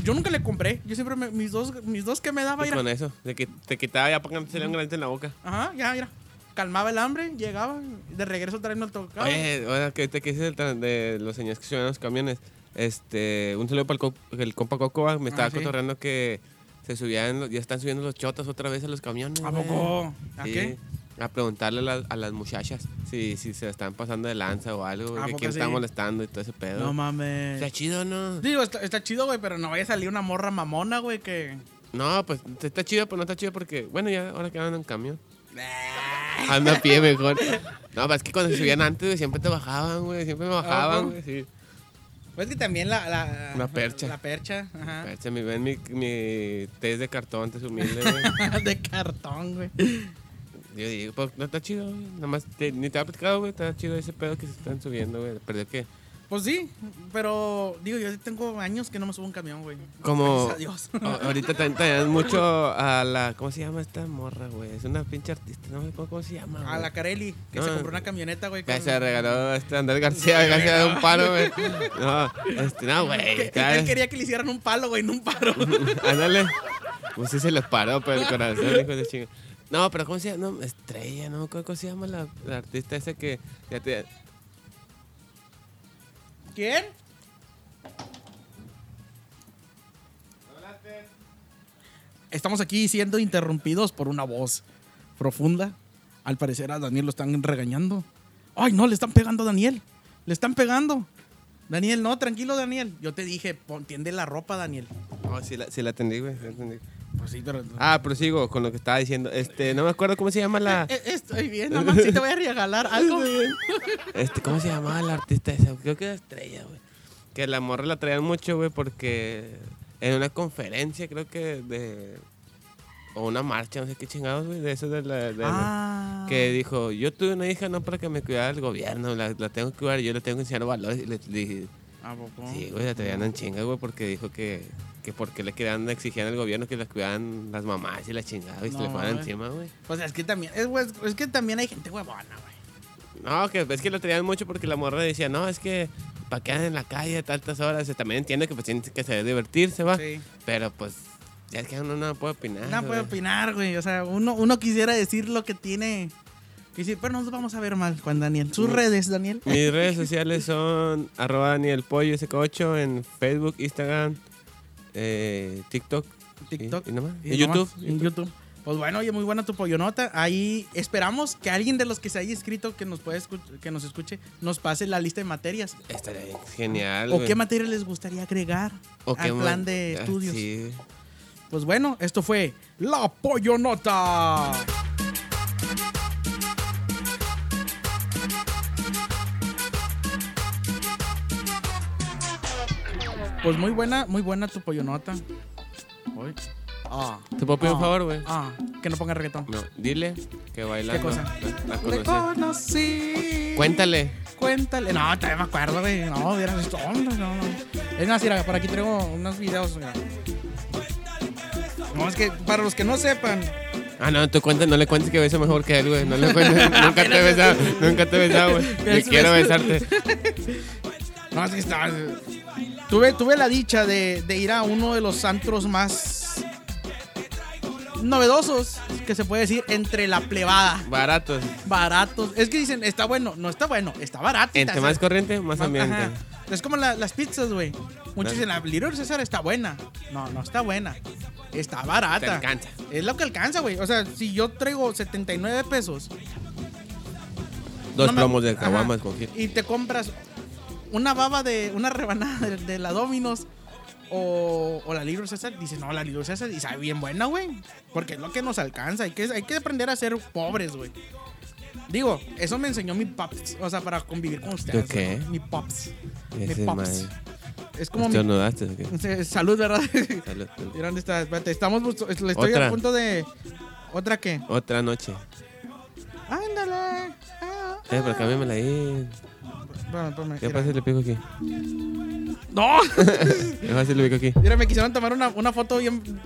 Speaker 3: Yo nunca le compré. Yo siempre me- mis dos mis dos que me daba
Speaker 4: Y
Speaker 3: era,
Speaker 4: Pues Con eso, de que te quitaba ya pongándosele un granito en la boca.
Speaker 3: ajá, ya mira. Calmaba el hambre, llegaba, de regreso traerme el tocado.
Speaker 4: Oye, ahora que te dices del tran- de los señores que suben los camiones, este, un saludo para el, co- el compa Coco, ah,
Speaker 3: Ah,
Speaker 4: me estaba
Speaker 3: sí.
Speaker 4: cotorreando que se subían, los- ya están subiendo los chotas otra vez a los camiones.
Speaker 3: ¿A
Speaker 4: güey.
Speaker 3: poco? ¿A
Speaker 4: Sí,
Speaker 3: qué?
Speaker 4: A preguntarle a, la- a las muchachas si, si se están pasando de lanza o algo,
Speaker 3: ¿A
Speaker 4: güey, que
Speaker 3: poco
Speaker 4: quién
Speaker 3: sí?
Speaker 4: está molestando y todo ese pedo.
Speaker 3: No mames.
Speaker 4: Está chido, ¿no?
Speaker 3: Digo, está, está chido, güey, pero no vaya a salir una morra mamona, güey, que
Speaker 4: No, pues está chido, pero no está chido porque, bueno, ya ahora que andan en camión. Anda a pie mejor. No, pero es que cuando se subían antes, güey, siempre te bajaban, güey, siempre me bajaban,
Speaker 3: poco?
Speaker 4: güey, sí.
Speaker 3: pues que también la, la
Speaker 4: Una percha.
Speaker 3: La percha, ajá.
Speaker 4: Ay, Se me ven Este, mi, mi test de cartón, te humilde, güey.
Speaker 3: de cartón, güey.
Speaker 4: Yo digo, pues, no está chido, güey. Nada más, te- ni te ha platicado, güey. Está chido ese pedo que se están subiendo, güey. Pero es que,
Speaker 3: Pues sí, pero digo, yo tengo años que no me subo a un camión, güey.
Speaker 4: como.
Speaker 3: Gracias a Dios.
Speaker 4: a- ahorita también te dan mucho a la. ¿Cómo se llama esta morra, güey? Es una pinche artista, no me acuerdo cómo se llama.
Speaker 3: A
Speaker 4: güey.
Speaker 3: la Carelli, que se
Speaker 4: No.
Speaker 3: compró una camioneta, güey.
Speaker 4: Ya
Speaker 3: con-
Speaker 4: se regaló este Andrés García, güey, gracias a un paro, güey. No, este, no, güey.
Speaker 3: Que, que
Speaker 4: está-
Speaker 3: él quería que le hicieran un palo, güey, no un paro.
Speaker 4: Ándale. Pues sí se les paró por el corazón, hijo de chinga. No, pero ¿cómo se llama? No, estrella, ¿no? ¿Cómo, cómo se llama la, la artista esa que ya te...
Speaker 3: ¿Quién? Estamos aquí siendo interrumpidos por una voz profunda. Al parecer a Daniel lo están regañando. Ay, no, le están pegando a Daniel. Le están pegando. Daniel, no, tranquilo, Daniel. Yo te dije, pon, tiende la ropa, Daniel.
Speaker 4: Oh, sí la, sí la atendí, güey. sí la atendí.
Speaker 3: Pues sí, pero...
Speaker 4: Ah, prosigo con lo que estaba diciendo. Este, no me acuerdo cómo se llama la...
Speaker 3: Eh, Estoy bien, nada más si te voy a regalar algo.
Speaker 4: Este, ¿cómo se llamaba la artista esa? Creo que era estrella, güey. Que la morra la traían mucho, güey, porque en una conferencia, creo que de... o una marcha, no sé qué chingados, güey, de esas de la... de-
Speaker 3: Ah.
Speaker 4: Que dijo, yo tuve una hija no para que me cuidara el gobierno, la, la tengo que cuidar, yo le tengo que enseñar valores. Y le dije,
Speaker 3: ¿A poco?
Speaker 4: sí, güey, la traían en chinga, güey, porque dijo que, que porque le querían, exigían al gobierno que las cuidaran las mamás y la chingada, y se
Speaker 3: No,
Speaker 4: le fueran
Speaker 3: güey.
Speaker 4: encima, güey.
Speaker 3: O sea, Pues es que también, es, güey, es que también hay gente huevona, güey.
Speaker 4: No, que es que lo traían mucho porque la morra decía, no, es que para que anden en la calle a tantas horas. También entiendo que pues tienen que saber divertirse, va.
Speaker 3: Sí.
Speaker 4: Pero pues, ya es que uno no puede opinar.
Speaker 3: No puede
Speaker 4: Ah, güey.
Speaker 3: opinar, güey. O sea, uno, uno quisiera decir lo que tiene. que decir, pero nos vamos a ver mal, Juan Daniel. Sus redes, Daniel.
Speaker 4: Mis redes sociales son arroba Daniel Pollo SK8 en Facebook, Instagram, eh, TikTok.
Speaker 3: TikTok.
Speaker 4: Y, y nomás.
Speaker 3: Y
Speaker 4: Y
Speaker 3: nomás,
Speaker 4: YouTube.
Speaker 3: En YouTube. Pues bueno, oye, muy buena tu pollonota. Ahí esperamos que alguien de los que se haya inscrito que nos pueda escu- que nos escuche nos pase la lista de materias.
Speaker 4: Estaría bien genial.
Speaker 3: ¿O
Speaker 4: güey.
Speaker 3: qué materia les gustaría agregar
Speaker 4: O qué
Speaker 3: al
Speaker 4: ma-
Speaker 3: plan de
Speaker 4: Ah,
Speaker 3: estudios?
Speaker 4: sí.
Speaker 3: Pues bueno, esto fue La Pollonota. Pues muy buena, muy buena tu pollonota. Ay. Ah,
Speaker 4: ¿Te puedo pedir
Speaker 3: ah,
Speaker 4: un favor, güey?
Speaker 3: Ah, que no ponga reggaetón.
Speaker 4: No, dile que bailando.
Speaker 3: ¿Qué cosa?
Speaker 4: La, la
Speaker 3: Le
Speaker 4: conocí.
Speaker 3: conocí.
Speaker 4: Cuéntale.
Speaker 3: Cuéntale. No, todavía me acuerdo, güey. No, vieras esto. hombre, No, no. Es más, mira, por aquí traigo unos videos. mira. No, es que para los que no sepan,
Speaker 4: Ah, no, tú cuenta, no le cuentes que beso mejor que él, güey. No le cuentes. nunca te he besado, nunca te he besado, güey. Yo
Speaker 3: Beso,
Speaker 4: quiero
Speaker 3: beso.
Speaker 4: besarte.
Speaker 3: no, es que estaba- Tuve, tuve la dicha de, de ir a uno de los antros más novedosos, que se puede decir, entre la plebada.
Speaker 4: Baratos.
Speaker 3: Baratos. Es que dicen, está bueno. No está bueno, está barato.
Speaker 4: Entre más corriente, más
Speaker 3: ¿eh? Ajá.
Speaker 4: ambiente.
Speaker 3: Es como la- las pizzas, güey. Muchos
Speaker 4: Claro.
Speaker 3: dicen, la Little César está buena. No, no está buena. Está barata.
Speaker 4: Te alcanza.
Speaker 3: Es lo que alcanza, güey. O sea, si yo traigo 79 pesos
Speaker 4: Dos
Speaker 3: no me-
Speaker 4: plomos de
Speaker 3: ajá,
Speaker 4: caguamas con gil.
Speaker 3: y te compras una baba de una rebanada de, de la Dominos o, o la Little César, dices, no, la Little César y sabe bien buena, güey. Porque es lo que nos alcanza. Hay que, hay que aprender a ser pobres, güey. Digo, eso me enseñó mi paps. O sea, para convivir con ustedes.
Speaker 4: ¿Tú qué?
Speaker 3: güey. Mi paps.
Speaker 4: Ese
Speaker 3: mi paps.
Speaker 4: madre.
Speaker 3: Es como mi
Speaker 4: ¿Te anudaste o qué?
Speaker 3: Sí, Salud, ¿verdad?
Speaker 4: Salud.
Speaker 3: ¿Y dónde está? Espérate, estamos, bus- le estoy
Speaker 4: Otra.
Speaker 3: a punto de... ¿Otra qué?
Speaker 4: Otra noche.
Speaker 3: ¡Ándale! Ah,
Speaker 4: Eh, pero cámbiamela ahí.
Speaker 3: Bueno, pues me-
Speaker 4: Ya
Speaker 3: mira.
Speaker 4: pasa le pico aquí.
Speaker 3: ¡No!
Speaker 4: Ya pasa le pico aquí.
Speaker 3: Mira, me quisieron tomar una, una foto bien...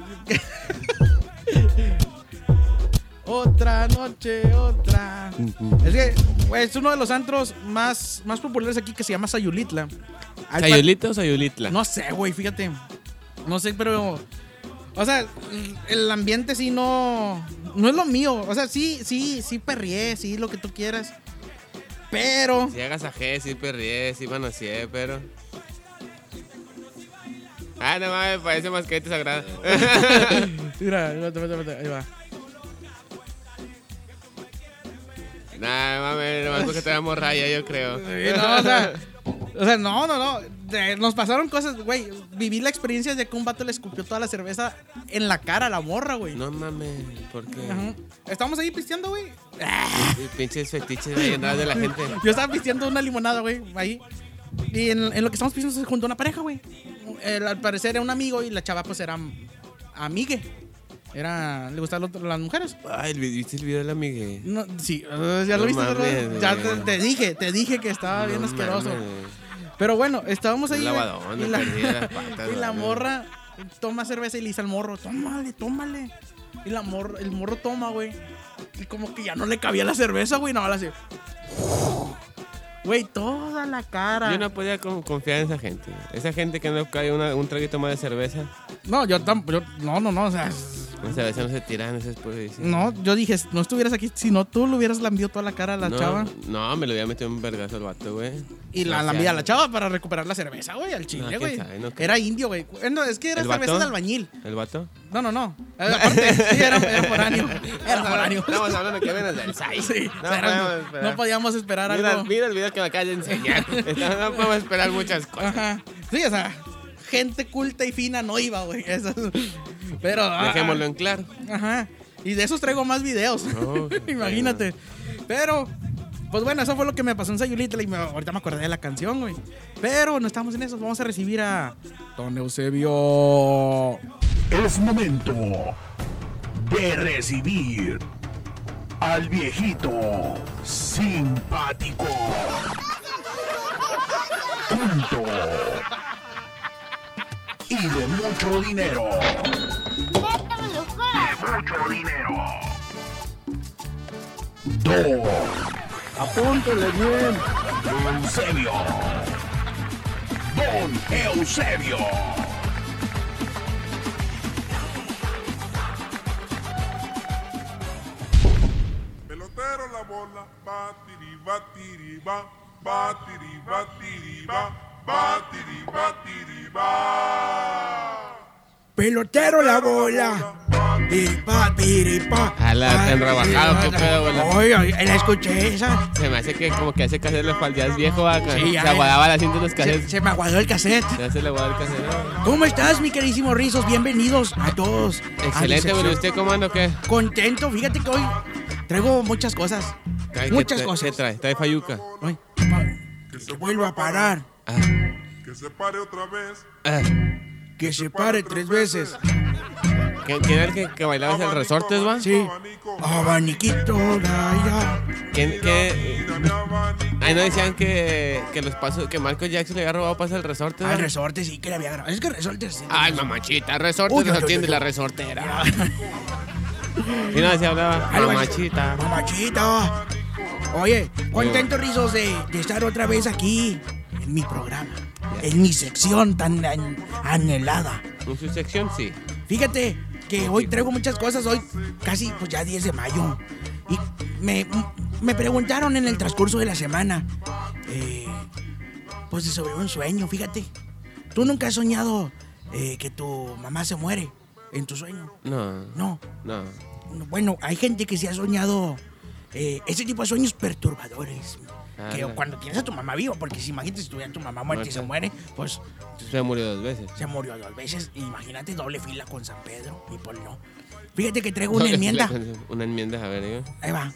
Speaker 3: otra noche, otra... Es que güey, es uno de los antros más, más populares aquí que se llama Sayulitla. Al pa-
Speaker 4: ¿Sayulita o Sayulitla?
Speaker 3: No sé, güey, fíjate. No sé, pero. O sea, el ambiente sí no. No es lo mío. O sea, sí, sí, sí perrié, sí, lo que tú quieras. Pero.
Speaker 4: Si hagas a G, si perrié, si manoseé, pero. Ah, no mames, parece mascarita sagrada.
Speaker 3: Mira, espérate, espérate, espérate, ahí va.
Speaker 4: nah, mames, nomás porque te damos raya, yo creo.
Speaker 3: Sí, no, o sea. O sea, no, no, no. De- nos pasaron cosas, güey. Viví la experiencia de que un vato le escupió toda la cerveza en la cara a la morra, güey.
Speaker 4: No mames, ¿por qué?
Speaker 3: Ajá. Estábamos ahí pisteando, güey.
Speaker 4: Y Pinches fetiches ahí andados de la gente.
Speaker 3: Yo estaba pisteando una limonada, güey, ahí. Y en, en lo que estamos pisteando se juntó una pareja, güey. El- al parecer era un amigo y la chava, pues, era am- amigue. Era, le gustaban lo- las mujeres.
Speaker 4: Ay, el vi- ¿viste el video de la Miguel?
Speaker 3: No, sí, eh, ya
Speaker 4: No
Speaker 3: lo viste,
Speaker 4: mames,
Speaker 3: ¿verdad? Ya te,
Speaker 4: güey.
Speaker 3: te dije, te dije que estaba bien asqueroso.
Speaker 4: Un
Speaker 3: Pero bueno, estábamos ahí. güey,
Speaker 4: lavadón,
Speaker 3: y la,
Speaker 4: las patas.
Speaker 3: y la
Speaker 4: güey.
Speaker 3: morra toma cerveza y le dice al morro, tómale, tómale. Y la morra, el morro toma, güey. Y como que ya no le cabía la cerveza, güey, no, la hace. Güey, toda la cara.
Speaker 4: Yo no podía con- confiar en esa gente. Esa gente que no cae una- un traguito más de cerveza.
Speaker 3: No, yo tampoco. No, no, no. O sea,
Speaker 4: Una cerveza no se tiran, eso es por decir.
Speaker 3: no, yo dije, no estuvieras aquí, si no tú le hubieras lambido toda la cara a la
Speaker 4: no,
Speaker 3: chava.
Speaker 4: No, me lo había metido un vergazo al vato, güey.
Speaker 3: Y la
Speaker 4: O sea,
Speaker 3: lambida a la chava para recuperar la cerveza, güey, al
Speaker 4: No,
Speaker 3: chile,
Speaker 4: quién
Speaker 3: güey.
Speaker 4: sabe, no creo.
Speaker 3: era indio, güey. Eh, No, es que era
Speaker 4: ¿El
Speaker 3: cerveza
Speaker 4: vato?
Speaker 3: de albañil.
Speaker 4: ¿El vato?
Speaker 3: No, no, no. Eh, Aparte, sí, era, era foráneo. Era foráneo.
Speaker 4: Estamos hablando que vienes del SAI.
Speaker 3: Sí,
Speaker 4: No
Speaker 3: o sea, era-
Speaker 4: podemos esperar.
Speaker 3: no podíamos esperar
Speaker 4: Mira,
Speaker 3: algo.
Speaker 4: mira el video que me acabas de enseñar. Estamos- no podemos esperar muchas cosas.
Speaker 3: Ajá. Sí, o sea, gente culta y fina no iba, güey. Eso es- Pero. ah,
Speaker 4: Dejémoslo en claro.
Speaker 3: Ajá. Y de esos traigo más videos.
Speaker 4: Oh,
Speaker 3: Imagínate. Pero, pues bueno, eso fue lo que me pasó en Sayulita. Y me- ahorita me acordé de la canción, güey. Pero no estamos en eso. Vamos a recibir a Don Eusebio.
Speaker 1: Es momento de recibir al viejito simpático. Punto. Y de mucho dinero. De mucho dinero. Dos. Apúntele bien. Eusebio. Don Eusebio.
Speaker 8: Pelotero la bola, batiri, batiri, ba, batiri, batiri, ba, batiri, batiri, ba.
Speaker 3: Pelotero la bola. Tiripa, tiripa.
Speaker 4: A la- en rebajado, qué pedo, güey.
Speaker 3: Oye, la escuché esa.
Speaker 4: Se me hace que como que hace cassette le faldeas viejo acá.
Speaker 3: Sí,
Speaker 4: se
Speaker 3: ya.
Speaker 4: aguadaba la cinta de los
Speaker 3: Se,
Speaker 4: cassettes.
Speaker 3: se me aguadó el cassette.
Speaker 4: Ya se le aguadaba el cassette.
Speaker 3: ¿Cómo estás, mi queridísimo Rizos? Bienvenidos a todos. a
Speaker 4: Excelente,
Speaker 3: mi
Speaker 4: güey.
Speaker 3: sección.
Speaker 4: ¿Usted cómo anda o qué?
Speaker 3: Contento, fíjate que hoy traigo muchas cosas.
Speaker 4: Trae- ¿qué
Speaker 3: muchas
Speaker 4: trae-
Speaker 3: cosas.
Speaker 4: ¿Qué trae? Trae fayuca.
Speaker 3: Ay,
Speaker 8: Que se
Speaker 3: que vuelva a parar.
Speaker 4: Ah,
Speaker 8: Que se pare otra vez.
Speaker 4: ah.
Speaker 3: Que se pare tres veces.
Speaker 4: ¿Quién quién era el que, que bailaba el resortes, va?
Speaker 3: Sí.
Speaker 8: Abanico,
Speaker 3: Abaniquito, la, ya.
Speaker 4: ¿Quién, qué?
Speaker 8: mira mi abanico.
Speaker 4: Ahí no decían que, que los pasos, que Marco Jackson le había robado pasos al resorte.
Speaker 3: Al
Speaker 4: ¿va?
Speaker 3: resorte sí que le había grabado. Es que resortes. sí.
Speaker 4: Ay, mamachita, resorte,
Speaker 3: Uy,
Speaker 4: Uy,
Speaker 3: uy, uy, uy, uy.
Speaker 4: la resortera. y nada, se hablaba,
Speaker 3: Algo así.
Speaker 4: mamachita.
Speaker 3: Mamachita. Oye, contento Rizos de, de estar otra vez aquí en mi programa, en mi sección tan an- anhelada.
Speaker 4: En su sección, sí.
Speaker 3: Fíjate que hoy traigo muchas cosas, hoy casi pues ya 10 de mayo. Y me, me preguntaron en el transcurso de la semana, eh, pues sobre un sueño, fíjate. ¿Tú nunca has soñado eh, que tu mamá se muere en tu sueño?
Speaker 4: No,
Speaker 3: No.
Speaker 4: no.
Speaker 3: Bueno, hay gente que se ha soñado eh, ese tipo de sueños perturbadores.
Speaker 4: Ah,
Speaker 3: que
Speaker 4: no.
Speaker 3: cuando tienes a tu mamá viva, porque si imagínate si tuviera tu mamá muerta y se
Speaker 4: Muerta.
Speaker 3: muere, pues
Speaker 4: Se murió dos veces.
Speaker 3: se murió dos veces. e Imagínate doble fila con San Pedro y Paul no. Fíjate que traigo
Speaker 4: No,
Speaker 3: una
Speaker 4: es la
Speaker 3: enmienda.
Speaker 4: canción. Una enmienda, a ver, diga.
Speaker 3: Ahí va.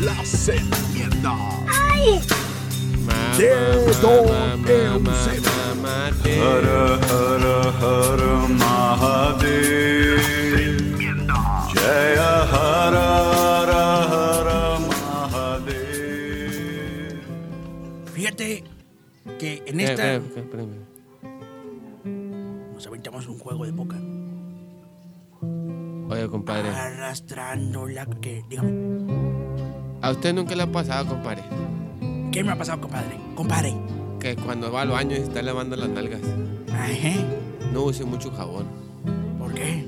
Speaker 1: Las enmiendas.
Speaker 4: Ma,
Speaker 1: De
Speaker 4: ma,
Speaker 1: do,
Speaker 4: ma, ma,
Speaker 1: de,
Speaker 4: ma,
Speaker 1: se.
Speaker 4: ma, ma, de.
Speaker 3: Fíjate que en
Speaker 4: Eh,
Speaker 3: esta
Speaker 4: espérame, espérame.
Speaker 3: nos aventamos un juego de boca.
Speaker 4: Oye, compadre.
Speaker 3: Arrastrando la que. Dígame.
Speaker 4: A usted nunca le ha pasado, compadre,
Speaker 3: ¿Qué me ha pasado, compadre? Compadre.
Speaker 4: que cuando va al baño y se está lavando las nalgas,
Speaker 3: Ajá.
Speaker 4: no use mucho jabón.
Speaker 3: ¿Por qué?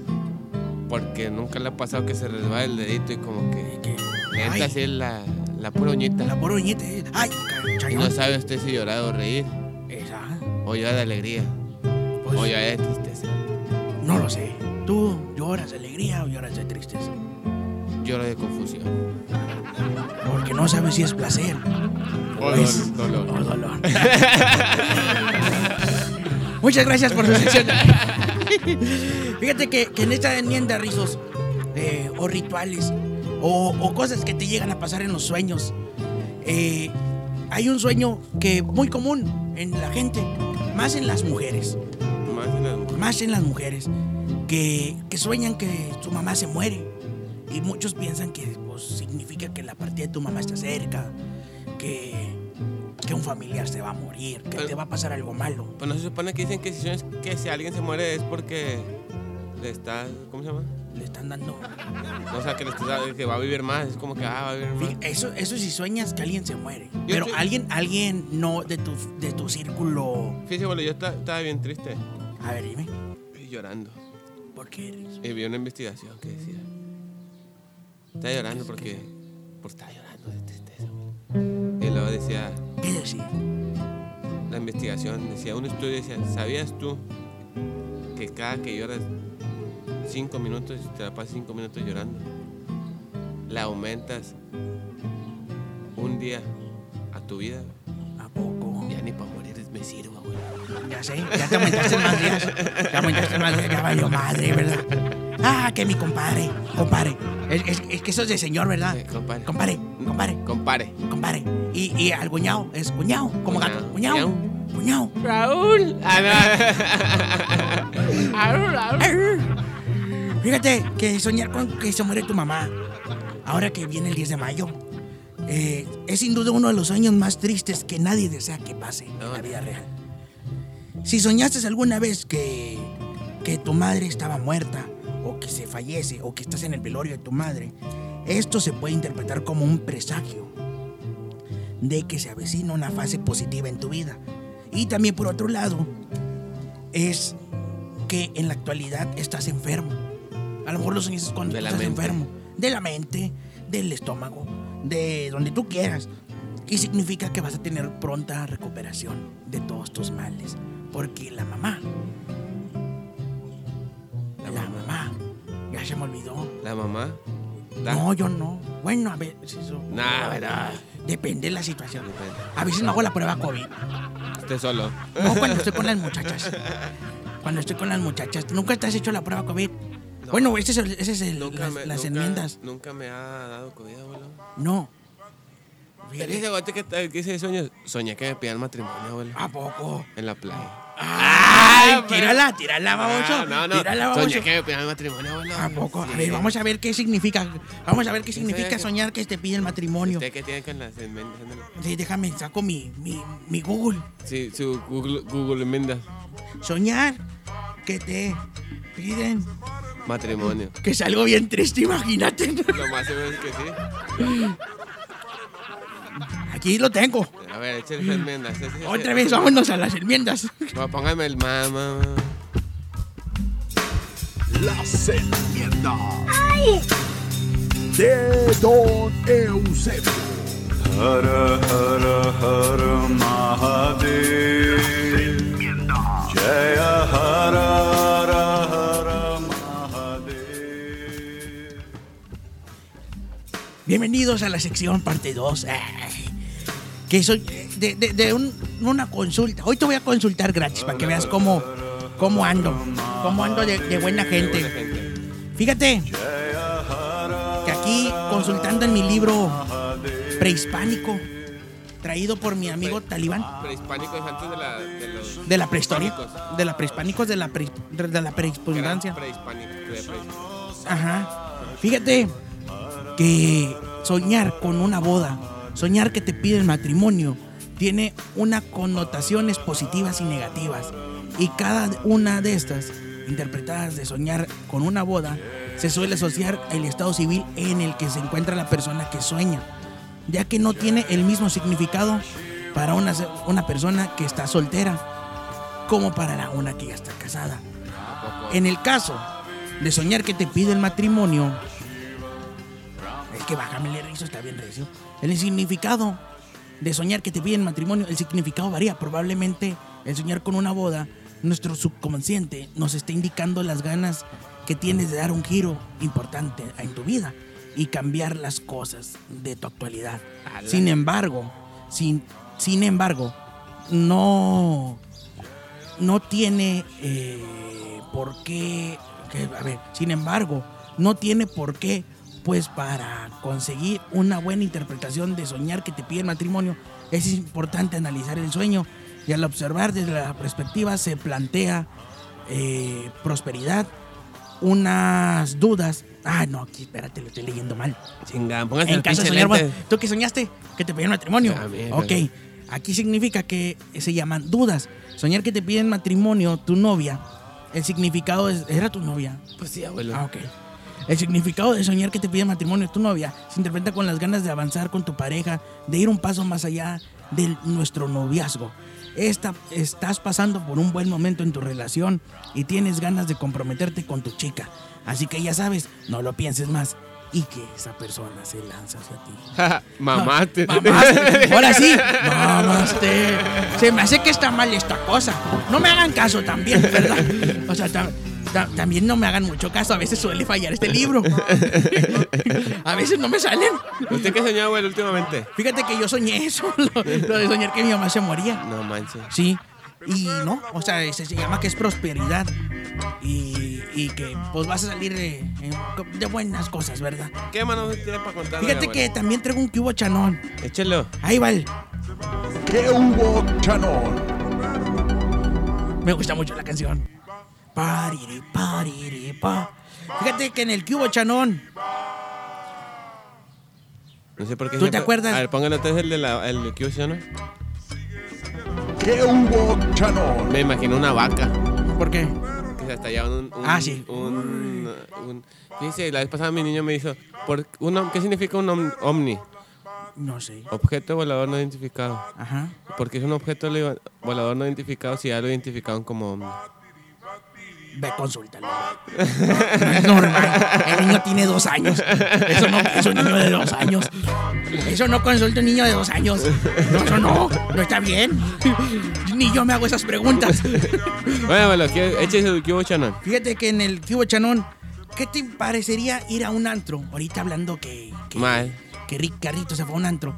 Speaker 4: Porque nunca le ha pasado que se resbala el dedito y como que
Speaker 3: ¿Qué?
Speaker 4: le entra
Speaker 3: Ay,
Speaker 4: así la, la pura uñita.
Speaker 3: la poroñita. eh. Ay,
Speaker 4: Y
Speaker 3: cachayón.
Speaker 4: no sabe usted si llorar o reír,
Speaker 3: Esa.
Speaker 4: o llorar de alegría,
Speaker 3: Pues,
Speaker 4: o llorar de tristeza.
Speaker 3: no lo sé. ¿Tú lloras de alegría o lloras de tristeza?
Speaker 4: Lloro de confusión.
Speaker 3: Porque no sabes si es placer Ah,
Speaker 4: O
Speaker 3: es-
Speaker 4: dolor,
Speaker 3: o
Speaker 4: dolor.
Speaker 3: dolor. Muchas gracias por su sección. Fíjate que, que en esta enmienda, rizos, eh, o rituales, o, o cosas que te llegan a pasar en los sueños, eh, hay un sueño que muy común en la gente, más en las mujeres,
Speaker 4: Más en las mujeres.
Speaker 3: más en las mujeres, que, que sueñan que su mamá se muere. Y muchos piensan que pues, significa que la partida de tu mamá está cerca, que, que un familiar se va a morir, que te va a pasar algo malo.
Speaker 4: Pues no se supone que dicen que si, sueñas que si alguien se muere es porque le está. ¿Cómo se llama?
Speaker 3: Le están dando.
Speaker 4: No, o sea, que, le está, que va a vivir más. Es como que, ah, va a vivir más.
Speaker 3: Fí- Eso, eso si sueñas que alguien se muere.
Speaker 4: Yo
Speaker 3: pero
Speaker 4: estoy-
Speaker 3: alguien, alguien no de tu, de tu círculo.
Speaker 4: Fíjese, boludo, yo esta- estaba bien triste
Speaker 3: A ver, dime.
Speaker 4: y llorando.
Speaker 3: ¿Por qué?
Speaker 4: Y vi una investigación que decía. Estaba llorando porque. Porque estaba llorando de tristeza. güey. Y luego decía.
Speaker 3: ¿Qué decir?
Speaker 4: La investigación decía. Un estudio decía. ¿Sabías tú que cada que lloras 5 minutos, si te la pasas 5 minutos llorando, la aumentas un día a tu vida?
Speaker 3: ¿A poco?
Speaker 4: Ya ni para morir me sirva, güey.
Speaker 3: Ya sé, ya te aumentaste más días. Te aumentaste más días, ya valió madre, ¿verdad? Ah, que mi compadre, compadre. Es, es- es que eso es de señor, ¿verdad?
Speaker 4: Eh, compadre.
Speaker 3: Compadre, compadre,
Speaker 4: Compare.
Speaker 3: compadre. Y, y al cuñado, es cuñado, como gato.
Speaker 4: Cuñao.
Speaker 3: Cuñado. cuñado.
Speaker 4: Raúl. Ah, no. Raúl, Raúl.
Speaker 3: Fíjate que soñar con que se muere tu mamá, ahora que viene el 10 de mayo, eh, es sin duda uno de los sueños más tristes que nadie desea que pase en la vida real. Si soñaste alguna vez que, que tu madre estaba muerta, o que se fallece, o que estás en el velorio de tu madre, esto se puede interpretar como un presagio de que se avecina una fase positiva en tu vida. Y también por otro lado, es que en la actualidad estás enfermo. A lo mejor lo soñaste cuando
Speaker 4: De la
Speaker 3: estás
Speaker 4: mente.
Speaker 3: enfermo. De la mente, del estómago, de donde tú quieras. Y significa que vas a tener pronta recuperación de todos tus males. Porque la mamá, la, mamá, ya se me olvidó.
Speaker 4: ¿La mamá? Da-
Speaker 3: No, yo no. Bueno, a ver, si eso-
Speaker 4: Nah,
Speaker 3: a ver,
Speaker 4: nah.
Speaker 3: Depende de la situación. A veces no hago la prueba COVID.
Speaker 4: Usted solo.
Speaker 3: No cuando estoy con las muchachas. Cuando estoy con las muchachas. ¿Nunca te has hecho la prueba COVID?
Speaker 4: No.
Speaker 3: Bueno, ese es el- ese es el-
Speaker 4: Nunca
Speaker 3: las,
Speaker 4: me-
Speaker 3: las
Speaker 4: nunca-
Speaker 3: enmiendas.
Speaker 4: Nunca me ha dado comida, abuelo.
Speaker 3: No.
Speaker 4: Dice, ahorita que que hice sueños, soñé que me pidían matrimonio, abuelo.
Speaker 3: ¿A poco?
Speaker 4: En la playa.
Speaker 3: ¡Ay!
Speaker 4: pero-
Speaker 3: Tírala, tírala, babocho.
Speaker 4: Ah, no, no.
Speaker 3: Tírala, babocho.
Speaker 4: Soñé que me pidieran matrimonio, abuelo.
Speaker 3: ¿A poco? A
Speaker 4: Sí.
Speaker 3: ver, vamos a ver qué significa. Vamos a ver qué
Speaker 4: Sí, sí,
Speaker 3: significa
Speaker 4: sí.
Speaker 3: soñar que te pide el matrimonio.
Speaker 4: ¿Usted qué tiene con las enmiendas? Ándale.
Speaker 3: Sí, déjame, saco mi, mi, mi Google.
Speaker 4: Sí, su Google, Google enmiendas.
Speaker 3: Soñar que te piden.
Speaker 4: Matrimonio.
Speaker 3: Que es algo bien triste, imagínate.
Speaker 4: Lo más seguro es que sí.
Speaker 3: Aquí lo tengo.
Speaker 4: A ver, échale las enmiendas. Sí, sí, sí.
Speaker 3: Otra vez, vámonos a las enmiendas.
Speaker 4: Bueno, Póngame el mamá. mamá.
Speaker 1: Las enmiendas. De Don Eusebio.
Speaker 3: Bienvenidos a la sección parte 2. Que soy de, de- de un- una consulta. Hoy te voy a consultar gratis para que veas cómo, cómo ando. Cómo ando de, de buena
Speaker 4: Buena
Speaker 3: gente.
Speaker 4: gente.
Speaker 3: Fíjate que aquí consultando en mi libro prehispánico, traído por mi amigo Talibán.
Speaker 4: Prehispánicos antes de, la, de los.
Speaker 3: De la prehistoria.
Speaker 4: Prehispánicos.
Speaker 3: De la prehispánicos, de la, pre- de la
Speaker 4: Eran
Speaker 3: prehisponderancia.
Speaker 4: prehispánicos. prehispánicos.
Speaker 3: Ajá. Fíjate que soñar con una boda, soñar que te piden matrimonio, tiene unas connotaciones positivas y negativas. Y cada una de estas, interpretadas de soñar con una boda, se suele asociar al estado civil en el que se encuentra la persona que sueña, ya que no tiene el mismo significado para una, una persona que está soltera como para la una que ya está casada. En el caso de soñar que te pide el matrimonio, es que bájame el rizo, está bien recio. El significado de soñar que te piden matrimonio, el significado varía. Probablemente el soñar con una boda, nuestro subconsciente nos está indicando las ganas que tienes de dar un giro importante en tu vida y cambiar las cosas de tu actualidad. Sin embargo, sin, sin embargo, no no tiene eh, por qué, que, a ver, sin embargo, no tiene por qué, pues para conseguir una buena interpretación de soñar que te pide el matrimonio, es importante analizar el sueño y al observar desde la perspectiva se plantea eh, prosperidad, unas dudas. Ah, no, aquí espérate, lo estoy leyendo mal.
Speaker 4: Chingada, póngase
Speaker 3: En
Speaker 4: el
Speaker 3: caso de
Speaker 4: pinche
Speaker 3: soñar,
Speaker 4: lente.
Speaker 3: bueno, ¿tú qué soñaste? Que te pidieron matrimonio.
Speaker 4: Ah, mira.
Speaker 3: ok, aquí significa que se llaman dudas. Soñar que te piden matrimonio, tu novia, el significado es, era tu novia.
Speaker 4: Pues sí, abuelo.
Speaker 3: Ah, ok. El significado de soñar que te piden matrimonio tu novia se interpreta con las ganas de avanzar con tu pareja, de ir un paso más allá de nuestro noviazgo. Esta, estás pasando por un buen momento en tu relación y tienes ganas de comprometerte con tu chica. Así que ya sabes, no lo pienses más y que esa persona se lanza hacia ti.
Speaker 4: Mamaste.
Speaker 3: Mamaste. Ahora sí, mamaste. Se me hace que está mal esta cosa. No me hagan caso también, ¿verdad? O sea, tam- ta- también no me hagan mucho caso. A veces suele fallar este libro. A veces no me salen.
Speaker 4: ¿Usted qué soñó, abuelo, últimamente?
Speaker 3: Fíjate que yo soñé eso, lo, lo de soñar que mi mamá se moría.
Speaker 4: No manches.
Speaker 3: Sí. Y no, o sea, se, se llama que es prosperidad. Y, y que pues vas a salir de, de buenas cosas, ¿verdad?
Speaker 4: ¿Qué mano tiene para contar?
Speaker 3: Fíjate que también traigo un cubo chanón.
Speaker 4: Échelo.
Speaker 3: Ahí va el.
Speaker 1: ¿Qué hubo, Chanón?
Speaker 3: Me gusta mucho la canción. Pariri, pariri, pa. Fíjate que en el cubo, Chanón.
Speaker 4: No sé por qué.
Speaker 3: ¿Tú te
Speaker 4: siempre-
Speaker 3: acuerdas?
Speaker 4: A ver, póngalo entonces el de la. El de Q, ¿sí o no?
Speaker 1: ¿Qué hubo, Chanón?
Speaker 4: Me imagino una vaca.
Speaker 3: ¿Por qué?
Speaker 4: Que se está llevando un, un-
Speaker 3: Ah, sí.
Speaker 4: Un, un- Fíjese, la vez pasada mi niño me dijo. Por, un om- ¿Qué significa un om- omni?
Speaker 3: No sé.
Speaker 4: Objeto volador no identificado.
Speaker 3: Ajá.
Speaker 4: Porque es un objeto le- volador no identificado si ya lo identificaron como omni.
Speaker 3: Ve, consúltalo. No es normal. El niño tiene dos años. Eso no es un niño de dos años. Eso no consulta un niño de dos años. No, eso no. No está bien. Ni yo me hago esas preguntas.
Speaker 4: Bueno, bueno, ¿qué- échese el cubo, Chanón.
Speaker 3: Fíjate que en el cubo, Chanón, ¿qué te parecería ir a un antro? Ahorita hablando que. que
Speaker 4: Mal.
Speaker 3: que Rick Carrito se fue a un antro.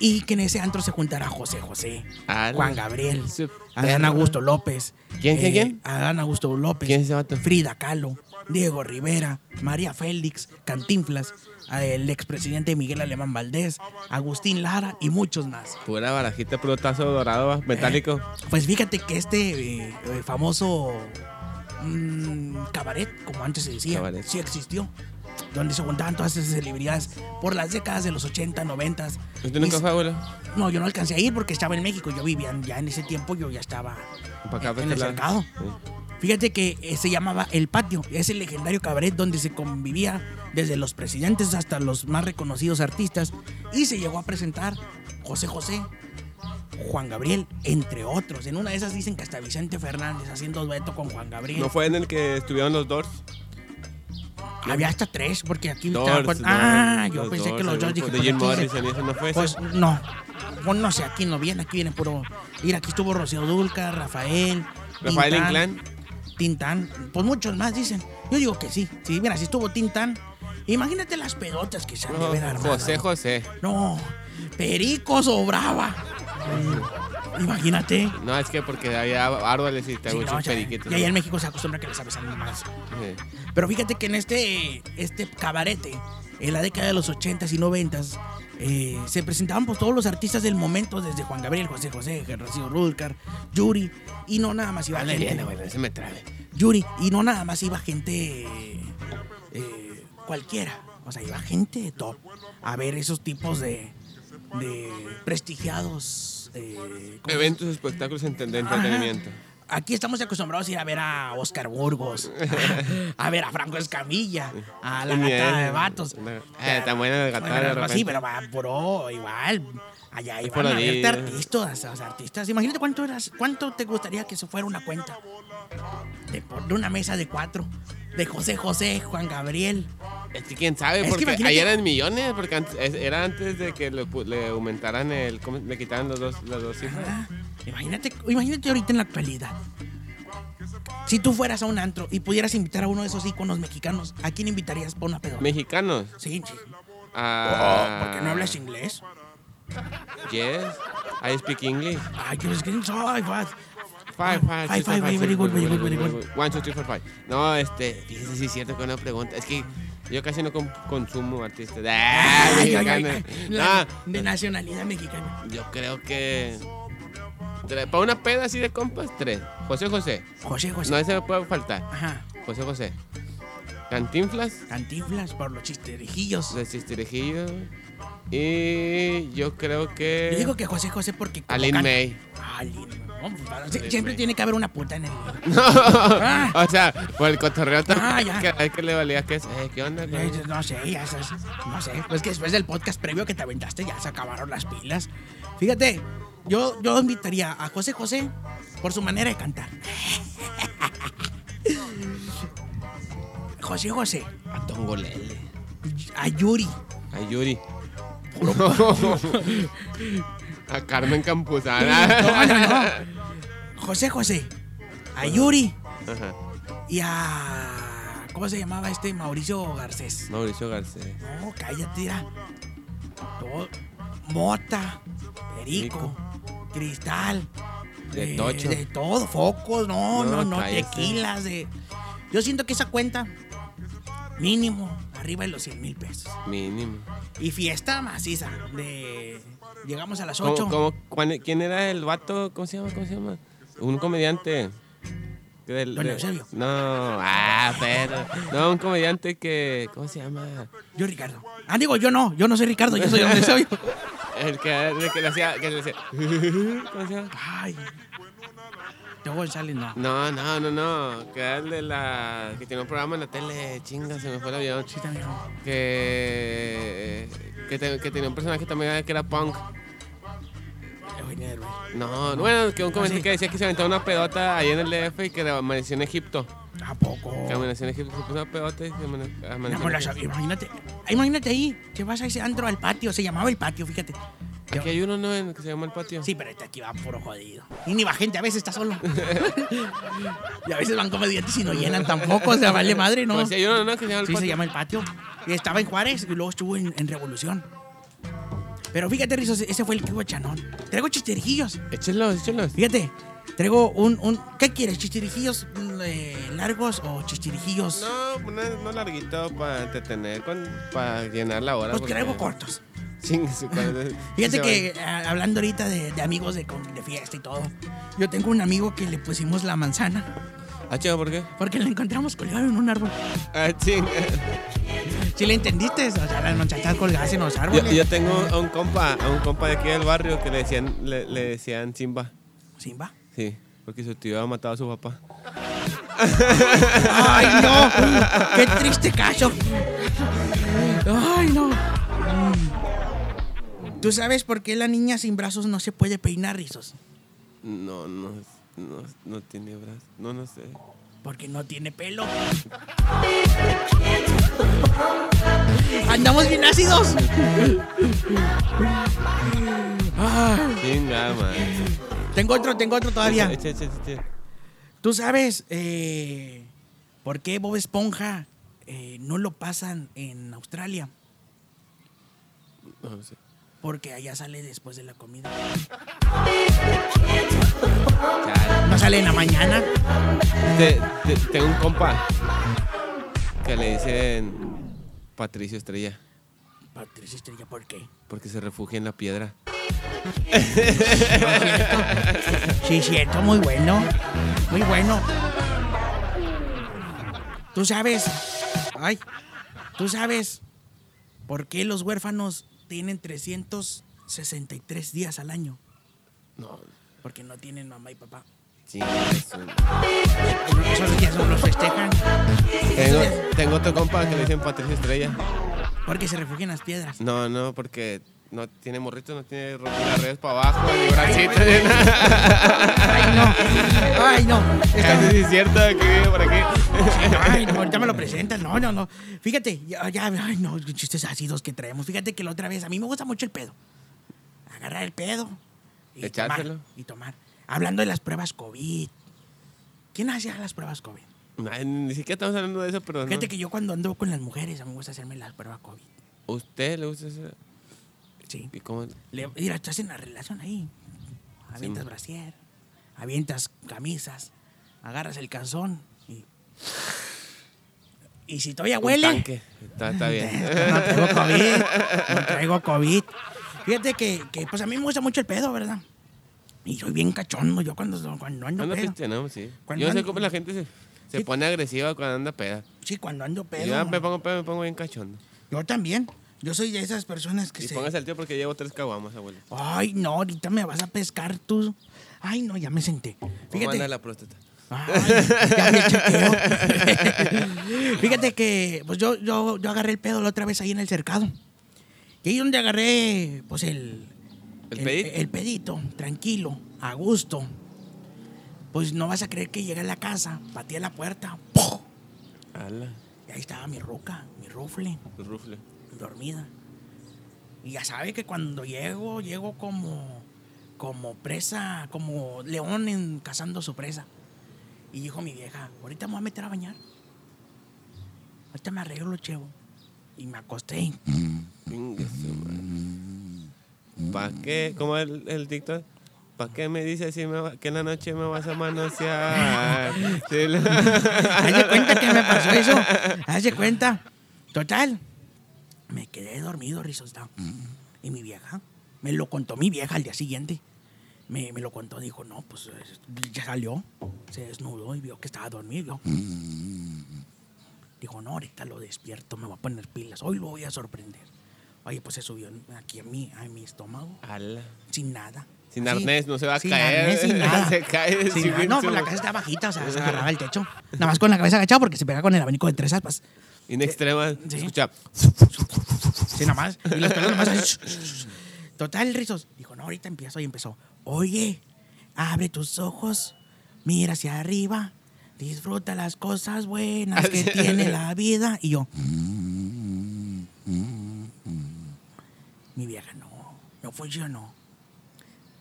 Speaker 3: Y que en ese antro se juntara José José,
Speaker 4: Ala.
Speaker 3: Juan Gabriel,
Speaker 4: Su-
Speaker 3: Adán Augusto López. eh,
Speaker 4: ¿Quién, quién, quién?
Speaker 3: Adán Augusto López.
Speaker 4: ¿Quién es ese vato?
Speaker 3: Frida Kahlo, Diego Rivera, María Félix, Cantinflas, el expresidente Miguel Alemán Valdés, Agustín Lara y muchos más.
Speaker 4: Pura barajita, puro tazo dorado, ah, metálico.
Speaker 3: Pues fíjate que este eh, eh, famoso mm, cabaret, como antes se decía,
Speaker 4: Cabaret.
Speaker 3: sí existió. Donde se juntaban todas esas celebridades por las décadas de los 80, 90.
Speaker 4: ¿Usted nunca
Speaker 3: Mis-
Speaker 4: fue, abuelo?
Speaker 3: No, yo no alcancé a ir porque estaba en México. Yo vivía en- ya en ese tiempo, yo ya estaba
Speaker 4: Para acá, para
Speaker 3: en el
Speaker 4: este lado.
Speaker 3: mercado. Fíjate que eh, se llamaba El Patio, es el legendario cabaret donde se convivía desde los presidentes hasta los más reconocidos artistas y se llegó a presentar José José, Juan Gabriel, entre otros. En una de esas dicen que hasta Vicente Fernández haciendo dueto con Juan Gabriel.
Speaker 4: ¿No fue en el que estuvieron los Doors?
Speaker 3: Había hasta tres porque aquí estaba
Speaker 4: Doors,
Speaker 3: Juan-
Speaker 4: no,
Speaker 3: Ah,
Speaker 4: los
Speaker 3: yo pensé
Speaker 4: Doors,
Speaker 3: que los
Speaker 4: el
Speaker 3: George
Speaker 4: grupo
Speaker 3: dije,
Speaker 4: de Jim
Speaker 3: pues, aquí-
Speaker 4: Morrison, eso no fue ese.
Speaker 3: Pues no. Pues, no sé, aquí no viene, aquí viene puro. Mira, aquí estuvo Rocío Dulca, Rafael.
Speaker 4: Rafael
Speaker 3: Tintán,
Speaker 4: Inclán.
Speaker 3: Tintán, pues muchos más dicen. Yo digo que sí. Sí, mira, si estuvo Tintán. Imagínate las pedotas que se han de
Speaker 4: No,
Speaker 3: ver armadas.
Speaker 4: José José.
Speaker 3: No, Perico sobraba. Imagínate.
Speaker 4: No, es que porque había árboles y te
Speaker 3: Sí,
Speaker 4: muchos
Speaker 3: no, ya-
Speaker 4: periquitos.
Speaker 3: y allá en México se acostumbra que les avisan más.
Speaker 4: Sí.
Speaker 3: Pero fíjate que en este, este cabarete, en la década de los 80s y 90s, eh, se presentaban pues, todos los artistas del momento, desde Juan Gabriel, José José, Rocío Rulcar, Yuri, y no nada más iba
Speaker 4: Dale,
Speaker 3: gente.
Speaker 4: Diana, Ah, güey, ese me trae.
Speaker 3: Yuri, y no nada más iba gente eh, cualquiera. O sea, iba gente de top a ver esos tipos de, de prestigiados. eh, ¿cómo se
Speaker 4: Eventos, espectáculos, entender,
Speaker 3: Ajá.
Speaker 4: entretenimiento.
Speaker 3: Aquí estamos acostumbrados a ir a ver a Oscar Burgos, a ver a Franco Escamilla, a la
Speaker 4: Ni
Speaker 3: gatada
Speaker 4: él.
Speaker 3: de vatos.
Speaker 4: Una- Eh, tan buena la gatada de
Speaker 3: Sí,
Speaker 4: repente.
Speaker 3: pero va, bro, igual. Allá iban
Speaker 4: por
Speaker 3: a
Speaker 4: ahí,
Speaker 3: verte
Speaker 4: ¿no?
Speaker 3: artistas, o sea, artistas. Imagínate cuánto eras, cuánto te gustaría que se fuera una cuenta. De, por- de una mesa de cuatro. De José José, Juan Gabriel.
Speaker 4: Es que quién sabe,
Speaker 3: Es que
Speaker 4: porque
Speaker 3: imagínate-
Speaker 4: ahí eran millones, porque antes- es- era antes de que le, pu- le aumentaran el. ¿cómo? Le quitaran los dos, las dos cifras.
Speaker 3: Ah, Imagínate, imagínate ahorita en la actualidad. Si tú fueras a un antro y pudieras invitar a uno de esos íconos mexicanos, ¿a quién invitarías para una pedona?
Speaker 4: Mexicanos.
Speaker 3: Sí, sí.
Speaker 4: Ah,
Speaker 3: ¿Por qué no hablas inglés?
Speaker 4: Yes. I speak English.
Speaker 3: Ay, yo es que no soy, pues. what?
Speaker 4: Five, five,
Speaker 3: Five,
Speaker 4: six,
Speaker 3: five, very
Speaker 4: five, six,
Speaker 3: good,
Speaker 4: very
Speaker 3: very
Speaker 4: good,
Speaker 3: good,
Speaker 4: very
Speaker 3: very
Speaker 4: good. One, two, three, four, five. No, este, fíjese si es cierto que una pregunta. Es que yo casi no com- consumo artistas. Ah,
Speaker 3: Ay, ay, ay,
Speaker 4: mexicano.
Speaker 3: la-
Speaker 4: No,
Speaker 3: De nacionalidad mexicana.
Speaker 4: yo creo que. tres- Para una peda así de compas, tres. José José.
Speaker 3: José José.
Speaker 4: No, ese me puede faltar.
Speaker 3: Ajá.
Speaker 4: José José. Cantinflas,
Speaker 3: Cantinflas por los chisterijillos.
Speaker 4: de Cisterejillo. Y yo creo que.
Speaker 3: Yo digo que José José porque. como
Speaker 4: Aline
Speaker 3: canta-
Speaker 4: May.
Speaker 3: Aline, no, pues, para-
Speaker 4: Aline
Speaker 3: siempre
Speaker 4: May.
Speaker 3: tiene que haber una puta en el.
Speaker 4: No,
Speaker 3: Ah.
Speaker 4: o sea, por el cotorreo
Speaker 3: Ah,
Speaker 4: también.
Speaker 3: ya.
Speaker 4: que- ay, que le valía que es. eh, ¿Qué onda? güey?
Speaker 3: Eh, No sé, ya sabes, no sé. Es que después del podcast previo que te aventaste ya se acabaron las pilas. Fíjate, yo, yo invitaría a José José por su manera de cantar. José José,
Speaker 4: A Tongolele.
Speaker 3: a Yuri,
Speaker 4: A Yuri. a Carmen Campuzana.
Speaker 3: No, no, José José, a Yuri
Speaker 4: Ajá.
Speaker 3: y a... ¿Cómo se llamaba este? Mauricio Garcés.
Speaker 4: Mauricio Garcés.
Speaker 3: No, cállate, mira. Todo- Mota, Perico, Cristal.
Speaker 4: De
Speaker 3: eh,
Speaker 4: Tocho.
Speaker 3: De todo, focos, no, no,
Speaker 4: No,
Speaker 3: no,
Speaker 4: cállate.
Speaker 3: tequilas. De... Yo siento que esa cuenta, mínimo, arriba de los 100 mil pesos.
Speaker 4: Mínimo.
Speaker 3: Y fiesta maciza, de... Llegamos a las
Speaker 4: ¿Cómo,
Speaker 3: 8.
Speaker 4: cómo, cuán- ¿Quién era el vato? ¿Cómo se llama? ¿Cómo se llama? Un comediante. del-
Speaker 3: Don
Speaker 4: de-
Speaker 3: Eusebio.
Speaker 4: No, ah, pero. No, un comediante que. ¿Cómo se llama?
Speaker 3: Yo, Ricardo. Ah, digo, yo no. Yo no soy Ricardo, yo soy donde soy.
Speaker 4: El que, el que le hacía. Que le hacía ¿Cómo se llama?
Speaker 3: Ay. Yo González no.
Speaker 4: No, no, no, no. Que era el de la. Que tiene un programa en la tele. Chinga, se me fue el avión.
Speaker 3: Sí, también no.
Speaker 4: Que. Que, te- que tenía un personaje también que era punk.
Speaker 3: Eugenio Derbez.
Speaker 4: No, no, bueno, que un comediante
Speaker 3: Ah, sí.
Speaker 4: que decía que se aventó una pedota ahí en el DF y que amaneció en Egipto.
Speaker 3: ¿A poco?
Speaker 4: Que amaneció en Egipto, se puso una pedota y se amane-
Speaker 3: No
Speaker 4: amaneció.
Speaker 3: me
Speaker 4: en
Speaker 3: la
Speaker 4: Egipto.
Speaker 3: sabía. Imagínate. Imagínate ahí. Te vas a ese antro al patio. Se llamaba el patio, fíjate. Yo-
Speaker 4: Aquí hay uno, ¿no? En- que se llama El Patio.
Speaker 3: Sí, pero este aquí va puro jodido. Y ni va gente, a veces está solo. y a veces van comediantes y no llenan tampoco. O sea, vale madre, ¿no?
Speaker 4: Pues sí, hay uno, ¿no? Que se llama El
Speaker 3: Sí, se
Speaker 4: Patio.
Speaker 3: llama El Patio. Y estaba en Juárez y luego estuvo en, en Revolución. Pero fíjate, Rizos, ese fue el que hubo Chanón. Traigo chisterijillos.
Speaker 4: Échenlos, échenlos.
Speaker 3: Fíjate, traigo un, un... ¿Qué quieres? ¿Chisterijillos mm, eh, largos o Pues chisterijillos?
Speaker 4: No, una- no larguito para entretener, con- para llenar la hora.
Speaker 3: pues
Speaker 4: porque-
Speaker 3: traigo cortos.
Speaker 4: Chingue su madre.
Speaker 3: Fíjate
Speaker 4: Se
Speaker 3: que ah, hablando ahorita de, de amigos de, con- de fiesta y todo, yo tengo un amigo que le pusimos la manzana
Speaker 4: va. Ah, chinga, ¿por qué?
Speaker 3: porque la encontramos colgada en un árbol.
Speaker 4: Ah, chinga.
Speaker 3: Si le entendiste, o sea, las manzanas colgadas en los
Speaker 4: Yo,
Speaker 3: árboles.
Speaker 4: yo tengo a un compa, a un compa de aquí del barrio que le decían, le, le decían Simba.
Speaker 3: Simba.
Speaker 4: Sí, porque su tío había matado a su papá.
Speaker 3: ¡Ay, no! ¡Qué triste caso! ¡Ay, no! Mm. ¿Tú sabes por qué la niña sin brazos no se puede peinar rizos?
Speaker 4: No, no, no, no tiene brazos. No, no sé.
Speaker 3: Porque no tiene pelo. ¡Andamos bien ácidos!
Speaker 4: Chinga, man.
Speaker 3: Tengo otro, tengo otro todavía.
Speaker 4: Echa, echa, echa, echa.
Speaker 3: ¿Tú sabes eh, por qué Bob Esponja eh, no lo pasan en Australia?
Speaker 4: No sé.
Speaker 3: Porque allá sale después de la comida.
Speaker 4: Chale.
Speaker 3: No sale en la mañana.
Speaker 4: Te- Este, te- tengo un compa que le dicen Patricio Estrella
Speaker 3: Patricia Estrella, ¿por qué?
Speaker 4: porque se refugia en la piedra.
Speaker 3: Sí, cierto, muy bueno. Muy bueno. Tú sabes. Ay. Tú sabes por qué los huérfanos tienen 363 días al año.
Speaker 4: No,
Speaker 3: Porque no tienen mamá y papá.
Speaker 4: chinga. su-
Speaker 3: Esos días no los festejan.
Speaker 4: Tengo, tengo otro compa que le dicen Patricio Estrella.
Speaker 3: Porque se refugian en las piedras.
Speaker 4: No, no, porque no tiene morrito, no tiene ropa las redes para abajo, ni bracito, ni nada.
Speaker 3: Ay, no. Ay, no.
Speaker 4: Casi
Speaker 3: Está-
Speaker 4: sí es cierto que vive por aquí.
Speaker 3: Ay, no, ahorita me lo presentan. No, no, no. Fíjate, ya, ya, ay, no, chistes ácidos que traemos. Fíjate que la otra vez, a mí me gusta mucho el pedo. Agarrar el pedo. Y
Speaker 4: Echárselo.
Speaker 3: Tomar, y tomar. Hablando de las pruebas COVID. ¿Quién hacía las pruebas COVID?
Speaker 4: Ay, ni siquiera estamos hablando de eso, pero no.
Speaker 3: Fíjate que yo cuando ando con las mujeres, a mí me gusta hacerme las pruebas COVID.
Speaker 4: ¿Usted le gusta ese?
Speaker 3: Sí.
Speaker 4: ¿Y cómo?
Speaker 3: Le, mira, estás en la relación ahí. Avientas
Speaker 4: Sí.
Speaker 3: brasier, avientas camisas, agarras el calzón y. Y si todavía
Speaker 4: Un
Speaker 3: huele.
Speaker 4: tanque. Está, está bien.
Speaker 3: No traigo COVID. No traigo COVID. Fíjate que, que, pues a mí me gusta mucho el pedo, ¿verdad? Y soy bien cachondo yo cuando, cuando ando
Speaker 4: Anda
Speaker 3: pedo.
Speaker 4: piste, no, sí.
Speaker 3: Cuando
Speaker 4: Yo no sé
Speaker 3: ando-
Speaker 4: cómo la gente se, se
Speaker 3: Sí.
Speaker 4: pone agresiva cuando anda peda.
Speaker 3: Sí, cuando ando
Speaker 4: Y Yo
Speaker 3: pedo.
Speaker 4: me pongo pedo, me pongo bien cachondo.
Speaker 3: Yo también. Yo soy de esas personas que
Speaker 4: Y
Speaker 3: se.
Speaker 4: póngase al tío porque llevo tres caguamas, abuelo.
Speaker 3: Ay, no, ahorita me vas a pescar tú. Ay, no, ya me senté.
Speaker 4: ¿Cómo
Speaker 3: Fíjate.
Speaker 4: anda la próstata?
Speaker 3: Ay, ya me chequeo. Fíjate que pues yo, yo, yo agarré el pedo la otra vez ahí en el cercado. Y ahí donde agarré, pues el.
Speaker 4: ¿El pedito?
Speaker 3: el pedito, tranquilo, a gusto. Pues no vas a creer que llegué a la casa, batí a la puerta, ¡pum!
Speaker 4: Ala,
Speaker 3: Y ahí estaba mi roca, mi rufle,
Speaker 4: rufle.
Speaker 3: dormida. Y ya sabe que cuando llego, llego como, como presa, como león en- cazando su presa. Y dijo mi vieja, ahorita me voy a meter a bañar. Ahorita me arreglo, chevo. Y me acosté.
Speaker 4: ¿Para qué? ¿Cómo el, el TikTok? ¿Para qué me dices si me va- que en la noche me vas a manosear? Sí, lo-
Speaker 3: Haz de cuenta que me pasó eso. Haz de cuenta. Total. Me quedé dormido, Rizos. Y mi vieja. Me lo contó mi vieja al día siguiente. me, me lo contó. Dijo, no, pues eh, ya salió. Se desnudó y vio que estaba dormido. Dijo, no, ahorita lo despierto, me voy a poner pilas. Hoy lo voy a sorprender. Oye, pues se subió aquí a mi, a mi estómago,
Speaker 4: Ala.
Speaker 3: sin nada.
Speaker 4: Sin
Speaker 3: Así,
Speaker 4: arnés, no se va a
Speaker 3: sin
Speaker 4: caer.
Speaker 3: arnés, sin nada.
Speaker 4: Se cae de
Speaker 3: Sin
Speaker 4: sí
Speaker 3: nada. No,
Speaker 4: mismo.
Speaker 3: pues la cabeza está bajita, o sea, se agarraba el techo. Nada más con la cabeza agachada porque se pega con el abanico de tres aspas.
Speaker 4: En extrema.
Speaker 3: Sí.
Speaker 4: Escucha.
Speaker 3: Sí, nada más. Y las pelotas nada más. así. Total, Rizos. Dijo, no, ahorita empiezo. Y empezó. Oye, abre tus ojos. Mira hacia arriba. Disfruta las cosas buenas que tiene la vida. Y yo. Mi vieja, no. No funcionó.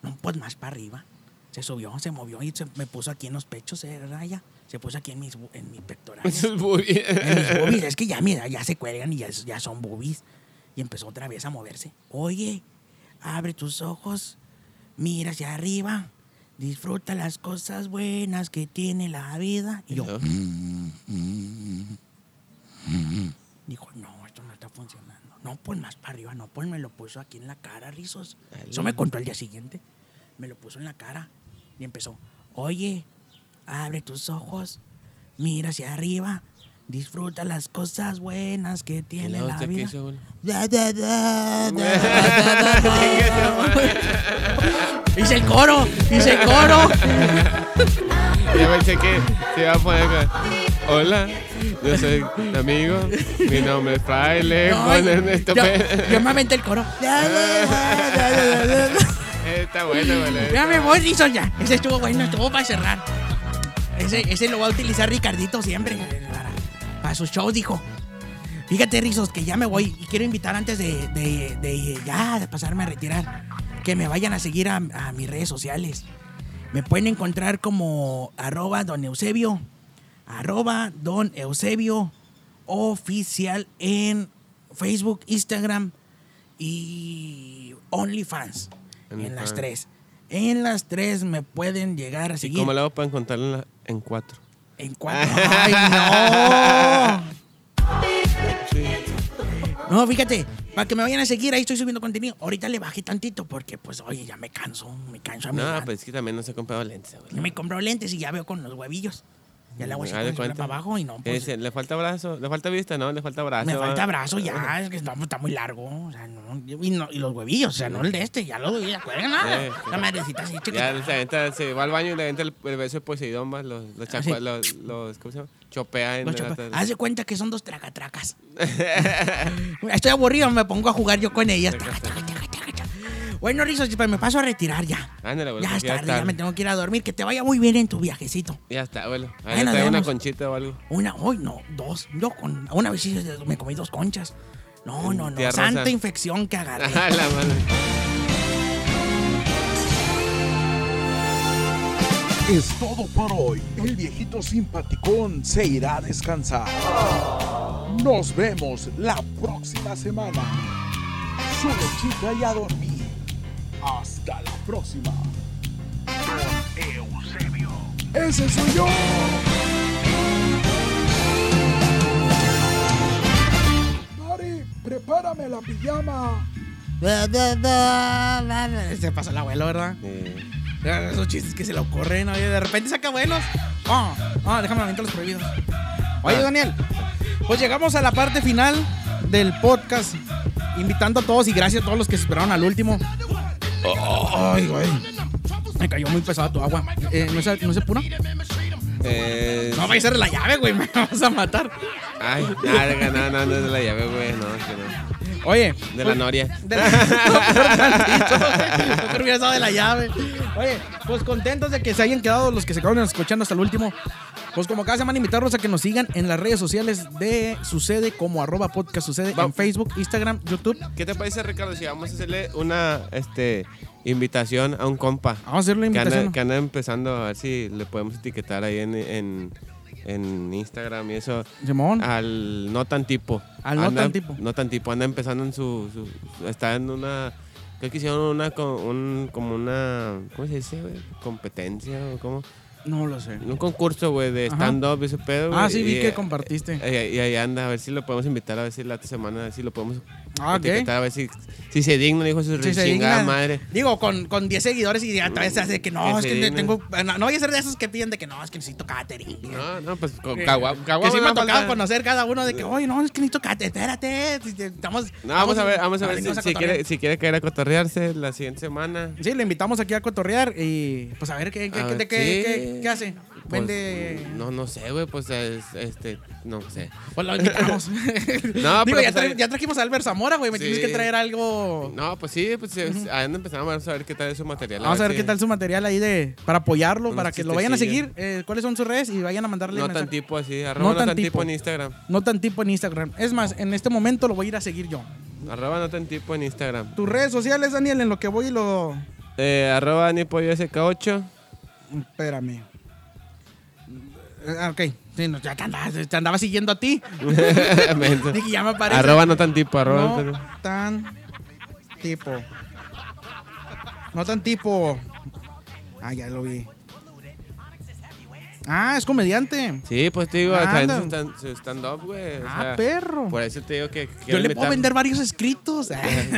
Speaker 3: No, pues más para arriba. Se subió, se movió y se me puso aquí en los pechos, se raya. Se puso aquí en mis, bu- en mis pectorales.
Speaker 4: Eso es muy bien.
Speaker 3: En mis boobies, es que ya, mira, ya se cuelgan y ya, es- ya son boobies. Y empezó otra vez a moverse. Oye, abre tus ojos, mira hacia arriba, disfruta las cosas buenas que tiene la vida. Y yo, dijo, no, esto no está funcionando. No, pues más para arriba, no, pues me lo puso aquí en la cara, rizos. Eso me contó el día siguiente. Me lo puso en la cara y empezó, oye, abre tus ojos, mira hacia arriba, disfruta las cosas buenas que tiene
Speaker 4: luego
Speaker 3: la
Speaker 4: usted qué
Speaker 3: vida.
Speaker 4: este hizo, güey?
Speaker 3: Da, da, da, da, da, da. Hice el coro, hice el coro.
Speaker 4: Ya pensé que se iba a poner. con- Hola, yo soy tu amigo. Mi nombre es Fraile.
Speaker 3: No,
Speaker 4: Ponen esto.
Speaker 3: yo, yo me aventé el coro. Da, da, da, da, da, da.
Speaker 4: Está bueno, güey.
Speaker 3: Ya me voy, Rizos, ya. Ese estuvo bueno, estuvo para cerrar. Ese, ese lo va a utilizar Ricardito siempre. Para, para sus shows, dijo. Fíjate, Rizos, que ya me voy. Y quiero invitar antes de, de- de ya de pasarme a retirar. Que me vayan a seguir a, a mis redes sociales. Me pueden encontrar como arroba don Eusebio. Arroba don Eusebio oficial en Facebook, Instagram y OnlyFans. En las
Speaker 4: OnlyFans.
Speaker 3: tres. En las tres me pueden llegar a seguir.
Speaker 4: ¿Cómo lo hago para encontrarlo en, la- en cuatro?
Speaker 3: En cuatro. ¡Ay, no! No, fíjate, para que me vayan a seguir, ahí estoy subiendo contenido. Ahorita le bajé tantito porque, pues, oye, ya me canso, me canso a mí.
Speaker 4: No, pues es que también no se ha comprado lentes, güey.
Speaker 3: Me compro lentes y ya veo con los huevillos. Ya le hago así
Speaker 4: Mm, Haz
Speaker 3: con la
Speaker 4: de
Speaker 3: cintura
Speaker 4: cuenta.
Speaker 3: para abajo y no,
Speaker 4: ¿Qué
Speaker 3: pues,
Speaker 4: dice? Le falta brazo, le falta vista, ¿no? Le falta brazo. ah,
Speaker 3: me falta
Speaker 4: ¿va?
Speaker 3: brazo ya, es que está, está muy largo. O sea, no, y, no- y los huevillos, o sea, no el de este, ya lo doy, ya cuelga
Speaker 4: Sí,
Speaker 3: nada.
Speaker 4: sí.
Speaker 3: La madrecita así chiquita.
Speaker 4: Ya se, aventa- se va al baño y le entra el, el beso de Poseidón, va, los, los, chacua-
Speaker 3: Así.
Speaker 4: los, los- ¿cómo se llama? Chopea en
Speaker 3: Ah, Los ah,
Speaker 4: la-
Speaker 3: chapa-
Speaker 4: la-
Speaker 3: pues, Haz de cuenta que son dos tracatracas. Estoy aburrido, me pongo a jugar yo con ellas. Traca, traca, traca, traca, traca. Bueno, Rizos, pues me paso a retirar ya.
Speaker 4: Ándale, abuelo,
Speaker 3: ya es
Speaker 4: porque ya
Speaker 3: tarde,
Speaker 4: es
Speaker 3: ya
Speaker 4: tarde.
Speaker 3: me tengo que ir a dormir. Que te vaya muy bien en tu viajecito.
Speaker 4: Ya está, abuelo.
Speaker 3: Ahí
Speaker 4: Ahí
Speaker 3: nos
Speaker 4: está una
Speaker 3: vemos.
Speaker 4: conchita o algo.
Speaker 3: Una, hoy no, dos. Yo con una vez sí me comí dos conchas. No, no, no.
Speaker 4: Tía Rosa.
Speaker 3: Santa infección que agarré.
Speaker 4: A la madre.
Speaker 1: Es todo por hoy. El viejito simpaticón se irá a descansar. Nos vemos la próxima semana. Sube chica y a dormir. Hasta la próxima. Don Eusebio. Ese soy yo. Mari, prepárame la pijama.
Speaker 3: Se pasa el abuelo, ¿verdad?
Speaker 4: Eh,
Speaker 3: Esos chistes que se le ocurren, oye, de repente saca buenos. Ah, ah, déjame aventar los prohibidos. Oye, Daniel, pues llegamos a la parte final del podcast. Invitando a todos y gracias a todos los que se esperaron al último. Ay, güey. Me cayó muy pesada tu agua. Eh, ¿no, es, ¿No es pura?
Speaker 4: eh,
Speaker 3: No, va a ser la llave, güey. Me vas a matar.
Speaker 4: Ay, nada, no, no, no es de la llave, güey. No, es que no.
Speaker 3: Oye.
Speaker 4: De la
Speaker 3: pues-
Speaker 4: noria.
Speaker 3: De la... pues, No, hubiera estado de la llave. Oye, pues contentos de que se hayan quedado los que se acabaron escuchando hasta el último. Pues como cada semana invitarlos a que nos sigan en las redes sociales de Sucede como arroba podcast Sucede
Speaker 4: Va-
Speaker 3: en Facebook, Instagram, YouTube.
Speaker 4: ¿Qué te parece, Ricardo, si vamos a hacerle una este, invitación a un compa?
Speaker 3: Vamos a hacerle
Speaker 4: Que anda,
Speaker 3: invitación.
Speaker 4: que anda empezando a ver si le podemos etiquetar ahí en, en, en Instagram y eso.
Speaker 3: Simón.
Speaker 4: Ah. Al no tan tipo.
Speaker 3: Al no tan tipo.
Speaker 4: No tan tipo. Anda empezando en su. su- está en una. Creo que hicieron una. co- un- como una. ¿Cómo se dice, güey? Competencia o cómo.
Speaker 3: No lo sé.
Speaker 4: Un concurso, güey, de
Speaker 3: Ajá.
Speaker 4: stand-up y ese pedo.
Speaker 3: Ah,
Speaker 4: güey,
Speaker 3: sí, vi
Speaker 4: y,
Speaker 3: que
Speaker 4: eh,
Speaker 3: compartiste.
Speaker 4: eh, Y, ahí anda, a ver si lo podemos invitar, a ver si la otra semana, a ver si lo podemos
Speaker 3: Ah, ok.
Speaker 4: Etiquetar a ver si, si se digna, dijo su
Speaker 3: Sí, se
Speaker 4: chingada
Speaker 3: digna.
Speaker 4: madre.
Speaker 3: Digo, con, con 10 seguidores y a través de que no,
Speaker 4: Que
Speaker 3: es
Speaker 4: se
Speaker 3: que te-
Speaker 4: digna.
Speaker 3: tengo. ah, No, no voy a ser de esos que piden de que no, es que necesito catering.
Speaker 4: No, no, pues con
Speaker 3: Que-
Speaker 4: Caguam.
Speaker 3: que
Speaker 4: Caguama
Speaker 3: sí me
Speaker 4: va
Speaker 3: ha
Speaker 4: a
Speaker 3: tocado
Speaker 4: faltar.
Speaker 3: conocer cada uno de que, oye, no, es que necesito catering, espérate. si te- Estamos,
Speaker 4: No, vamos a ver, vamos a ver si,
Speaker 3: venimos
Speaker 4: si
Speaker 3: cotorrear.
Speaker 4: quiere, si quiere caer a cotorrearse la siguiente semana.
Speaker 3: Sí, le invitamos aquí a cotorrear y pues a ver qué, qué,
Speaker 4: A
Speaker 3: qué-
Speaker 4: ver,
Speaker 3: de qué-
Speaker 4: sí.
Speaker 3: qué- qué hace.
Speaker 4: Pues,
Speaker 3: Vende.
Speaker 4: No, no sé, güey, pues es- este, no sé.
Speaker 3: Pues lo invitamos. Digo,
Speaker 4: No, pero
Speaker 3: ya,
Speaker 4: pues,
Speaker 3: tra-
Speaker 4: ahí-
Speaker 3: ya trajimos a Albert Zamora, güey. Me tienes
Speaker 4: Sí.
Speaker 3: que traer algo.
Speaker 4: No, pues sí, pues es- ahí empezamos vamos a ver qué tal es su material.
Speaker 3: Vamos a ver
Speaker 4: si-
Speaker 3: qué tal su material ahí de para apoyarlo,
Speaker 4: Unos
Speaker 3: para que lo vayan a seguir.
Speaker 4: chistecillos.
Speaker 3: eh, ¿Cuáles son sus redes? Y vayan a mandarle
Speaker 4: No tan
Speaker 3: mensaje.
Speaker 4: tipo así, arroba no tan, tipo. en Instagram.
Speaker 3: No tan tipo en Instagram. Es más, en este momento lo voy a ir a seguir yo.
Speaker 4: Arroba no tan tipo en Instagram.
Speaker 3: Tus redes sociales, Daniel, en lo que voy y lo.
Speaker 4: Eh, arroba Nipollo SK8.
Speaker 3: Espérame. Ah, Ok. Sí, no, ya te andaba, te andaba siguiendo a ti.
Speaker 4: Menso.
Speaker 3: Dije, ya me aparece.
Speaker 4: arroba no tan tipo, arroba no tan
Speaker 3: no tan tipo. No tan tipo. Ah, ya lo vi. Ah, es comediante.
Speaker 4: Sí, pues te digo, acá en
Speaker 3: Anda.
Speaker 4: su stand- su stand-up, güey. o
Speaker 3: Ah,
Speaker 4: sea,
Speaker 3: perro.
Speaker 4: Por eso te digo que. que
Speaker 3: Yo
Speaker 4: quiero
Speaker 3: le puedo
Speaker 4: invitar-
Speaker 3: vender varios escritos.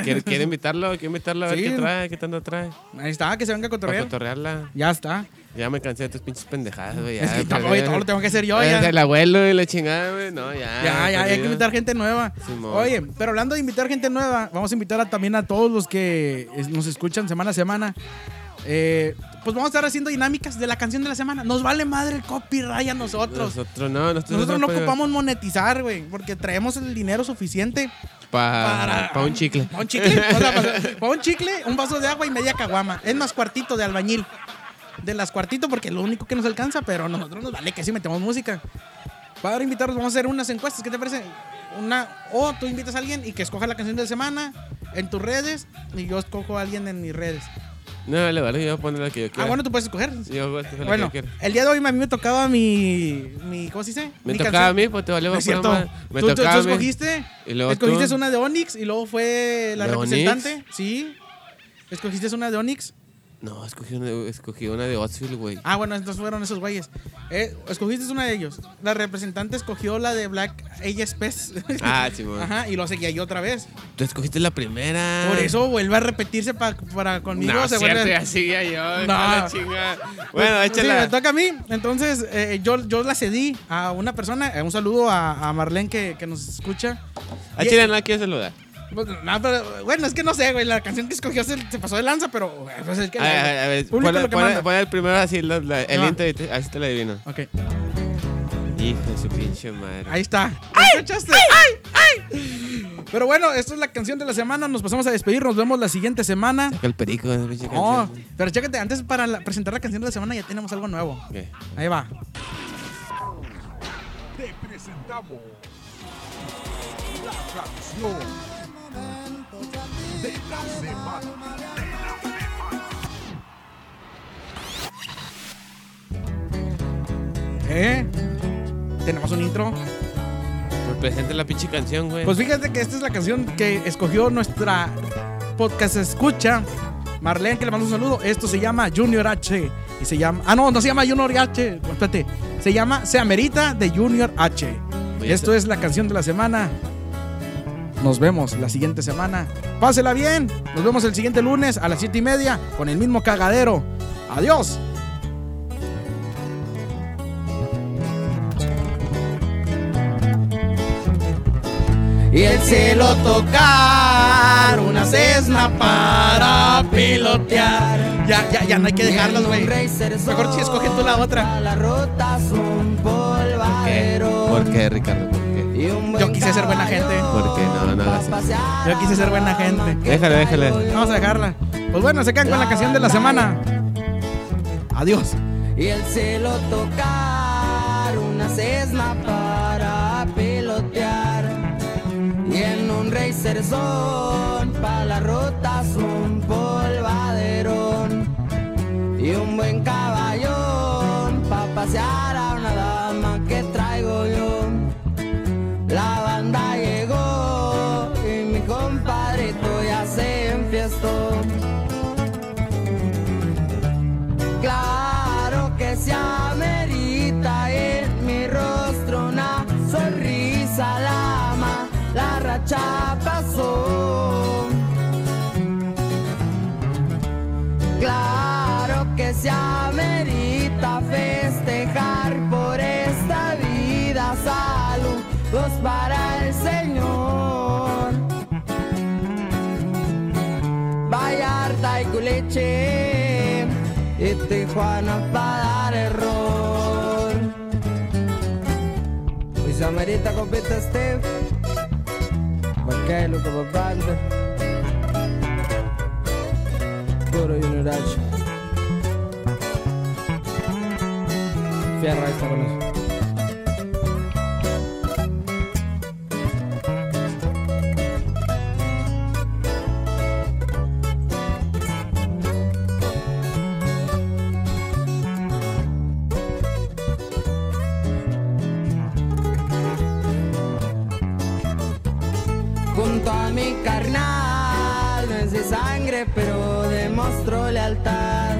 Speaker 4: Quiero, quiero invitarlo, quiero invitarlo a ver
Speaker 3: Sí.
Speaker 4: qué trae, qué tanto trae.
Speaker 3: Ahí está, que se venga a
Speaker 4: Para
Speaker 3: cotorrear.
Speaker 4: cotorrearla.
Speaker 3: Ya está.
Speaker 4: Ya me cansé de tus pinches pendejadas, güey.
Speaker 3: Es
Speaker 4: ya,
Speaker 3: que tampoco,
Speaker 4: perdí-
Speaker 3: todo lo tengo que hacer yo,
Speaker 4: Eh,
Speaker 3: ya.
Speaker 4: El abuelo y la chingada, güey. No, ya.
Speaker 3: Ya, ya, ya hay
Speaker 4: Ah, perdido.
Speaker 3: que invitar gente nueva.
Speaker 4: Simón.
Speaker 3: Oye, pero hablando de invitar gente nueva, vamos a invitar a- también a todos los que es- nos escuchan semana a semana. Eh, pues vamos a estar haciendo dinámicas de la canción de la semana. Nos vale madre el copyright a nosotros.
Speaker 4: Nosotros no, pues, nosotros,
Speaker 3: Nosotros no
Speaker 4: podemos-
Speaker 3: ocupamos monetizar, güey, porque traemos el dinero suficiente
Speaker 4: Pa,
Speaker 3: para...
Speaker 4: Ah, pa un chicle.
Speaker 3: Para un chicle, o sea, para, para un chicle, un vaso de agua y media caguama. Es más cuartito de albañil. De las cuartito porque es lo único que nos alcanza, pero a nosotros nos vale que si metemos música. Para invitarlos vamos a hacer unas encuestas, ¿qué te parece? Una o tú invitas a alguien y que escoja la canción de la semana en tus redes y yo escojo a alguien en mis redes.
Speaker 4: No, le vale, yo voy a poner lo que yo quiera.
Speaker 3: Ah, bueno, tú puedes escoger.
Speaker 4: Yo voy a escoger lo
Speaker 3: Bueno,
Speaker 4: que yo quiera.
Speaker 3: el día de hoy a mí me tocaba mi, mi ¿cómo se dice?
Speaker 4: Me
Speaker 3: Mi
Speaker 4: tocaba
Speaker 3: canción.
Speaker 4: a mí, pues te valió
Speaker 3: No es
Speaker 4: pura
Speaker 3: cierto.
Speaker 4: madre. Me
Speaker 3: tú, tú-
Speaker 4: tocaba
Speaker 3: tú
Speaker 4: a mí.
Speaker 3: escogiste.
Speaker 4: Y luego
Speaker 3: escogiste
Speaker 4: tú.
Speaker 3: una de Onyx y luego fue la
Speaker 4: ¿De Onyx?
Speaker 3: representante. Sí. Escogiste una de Onyx.
Speaker 4: No, escogí una, escogí una de Otsfield, güey.
Speaker 3: Ah, bueno, entonces fueron esos güeyes. Eh, escogiste una de ellos. La representante escogió la de Black Ella Spes.
Speaker 4: Ah, sí, güey.
Speaker 3: Ajá, y lo seguía yo otra vez.
Speaker 4: Tú escogiste la primera.
Speaker 3: Por eso vuelve a repetirse pa- para conmigo.
Speaker 4: Ah. No,
Speaker 3: se
Speaker 4: cierto,
Speaker 3: vuelve-
Speaker 4: ya seguía
Speaker 3: No.
Speaker 4: yo. la chinga. Bueno,
Speaker 3: Sí,
Speaker 4: échala.
Speaker 3: me toca a mí. Entonces, eh, yo, yo la cedí a una persona. Eh, un saludo a, a Marlene que, que nos escucha.
Speaker 4: a
Speaker 3: Y-
Speaker 4: Chile no la quiero saludar.
Speaker 3: Pues, no, pero, bueno, es que no sé, güey. La canción que escogió se, se pasó de lanza, pero. güey, pues, es que,
Speaker 4: A ver, a ver,
Speaker 3: público
Speaker 4: pon-
Speaker 3: lo que
Speaker 4: pon-
Speaker 3: manda.
Speaker 4: pon el primero así, la- la- el
Speaker 3: Ah.
Speaker 4: intro, y te- así te la adivino.
Speaker 3: Ok,
Speaker 4: Hijo de su pinche madre.
Speaker 3: ahí está. ¡Ay! ¡Ay! ¡Ay! Pero bueno, esta es la canción de la semana. Nos pasamos a despedir. Nos vemos la siguiente semana.
Speaker 4: Saca el perico esa pinche
Speaker 3: No,
Speaker 4: canción.
Speaker 3: pero chécate, antes para la- presentar la canción de la semana ya tenemos algo nuevo.
Speaker 4: Ok.
Speaker 3: Ahí va.
Speaker 1: Te presentamos la canción de la semana.
Speaker 3: ¿Eh? Tenemos un intro.
Speaker 4: Pues presenta la pinche canción, güey.
Speaker 3: Pues fíjate que esta es la canción que escogió nuestra podcast escucha. Marlene, que le mando un saludo. Esto se llama Junior H. Y se llama. Ah, no, no se llama Junior H. Bueno, Espérate. Se llama Se Amerita de Junior H.
Speaker 4: Oye,
Speaker 3: Esto es la canción de la semana. Nos vemos la siguiente semana. Pásela bien. Nos vemos el siguiente lunes a las 7 y media con el mismo cagadero. Adiós. Y el cielo tocar, una cesna para pilotear. Ya, ya, ya no hay que dejarlas, güey. Mejor si escoge tú la otra.
Speaker 4: ¿Por qué? ¿Por qué, Ricardo? ¿Por qué?
Speaker 3: Yo quise ser buena gente.
Speaker 4: ¿Por qué? No, no hagas eso.
Speaker 3: Yo quise ser buena gente.
Speaker 4: Déjale, déjale.
Speaker 3: Vamos a dejarla. Pues bueno, se quedan con la canción de la semana. Adiós.
Speaker 9: y el cielo tocar una cesna para pilotear y en un racer son para las rutas un polvaderón y un buen caballón para pasear a una dama que traigo yo la banda llegó y mi compadrito ya se enfiestó Claro que se amerita en mi rostro una sonrisa lama, la racha pasó. carta y culeche. Y Tijuana para dar error. Y Samarita compita Steve. Marquelo como banda. Puro ignoracho. Fierro esta con eso. junto a mi carnal. No es de sangre, pero demostró lealtad.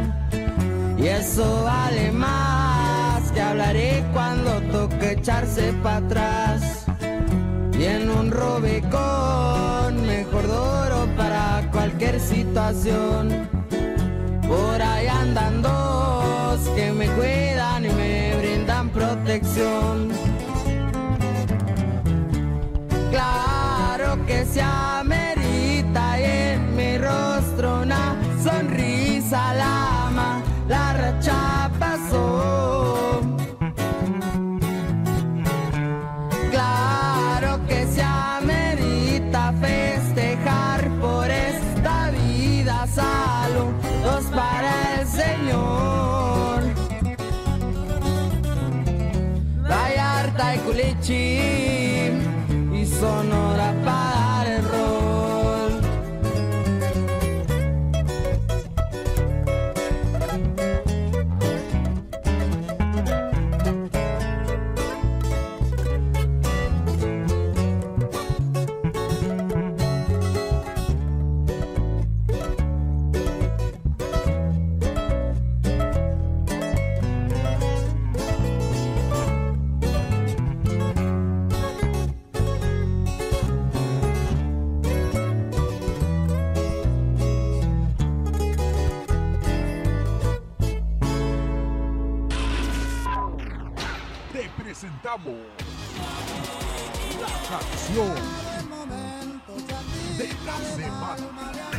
Speaker 9: Y eso vale más que hablaré cuando toque echarse para atrás. Y en un Rubicón, mejor duro para cualquier situación. Por ahí andan dos que me cuidan y me brindan protección. Claro que se amerita y en mi rostro una sonrisa lama, la racha pasó. Claro que se amerita festejar por esta vida, saludos para el Señor. Bai Vallarta y Culichi y Sonora para dar el rol.
Speaker 1: Te presentamos la canción de la semana.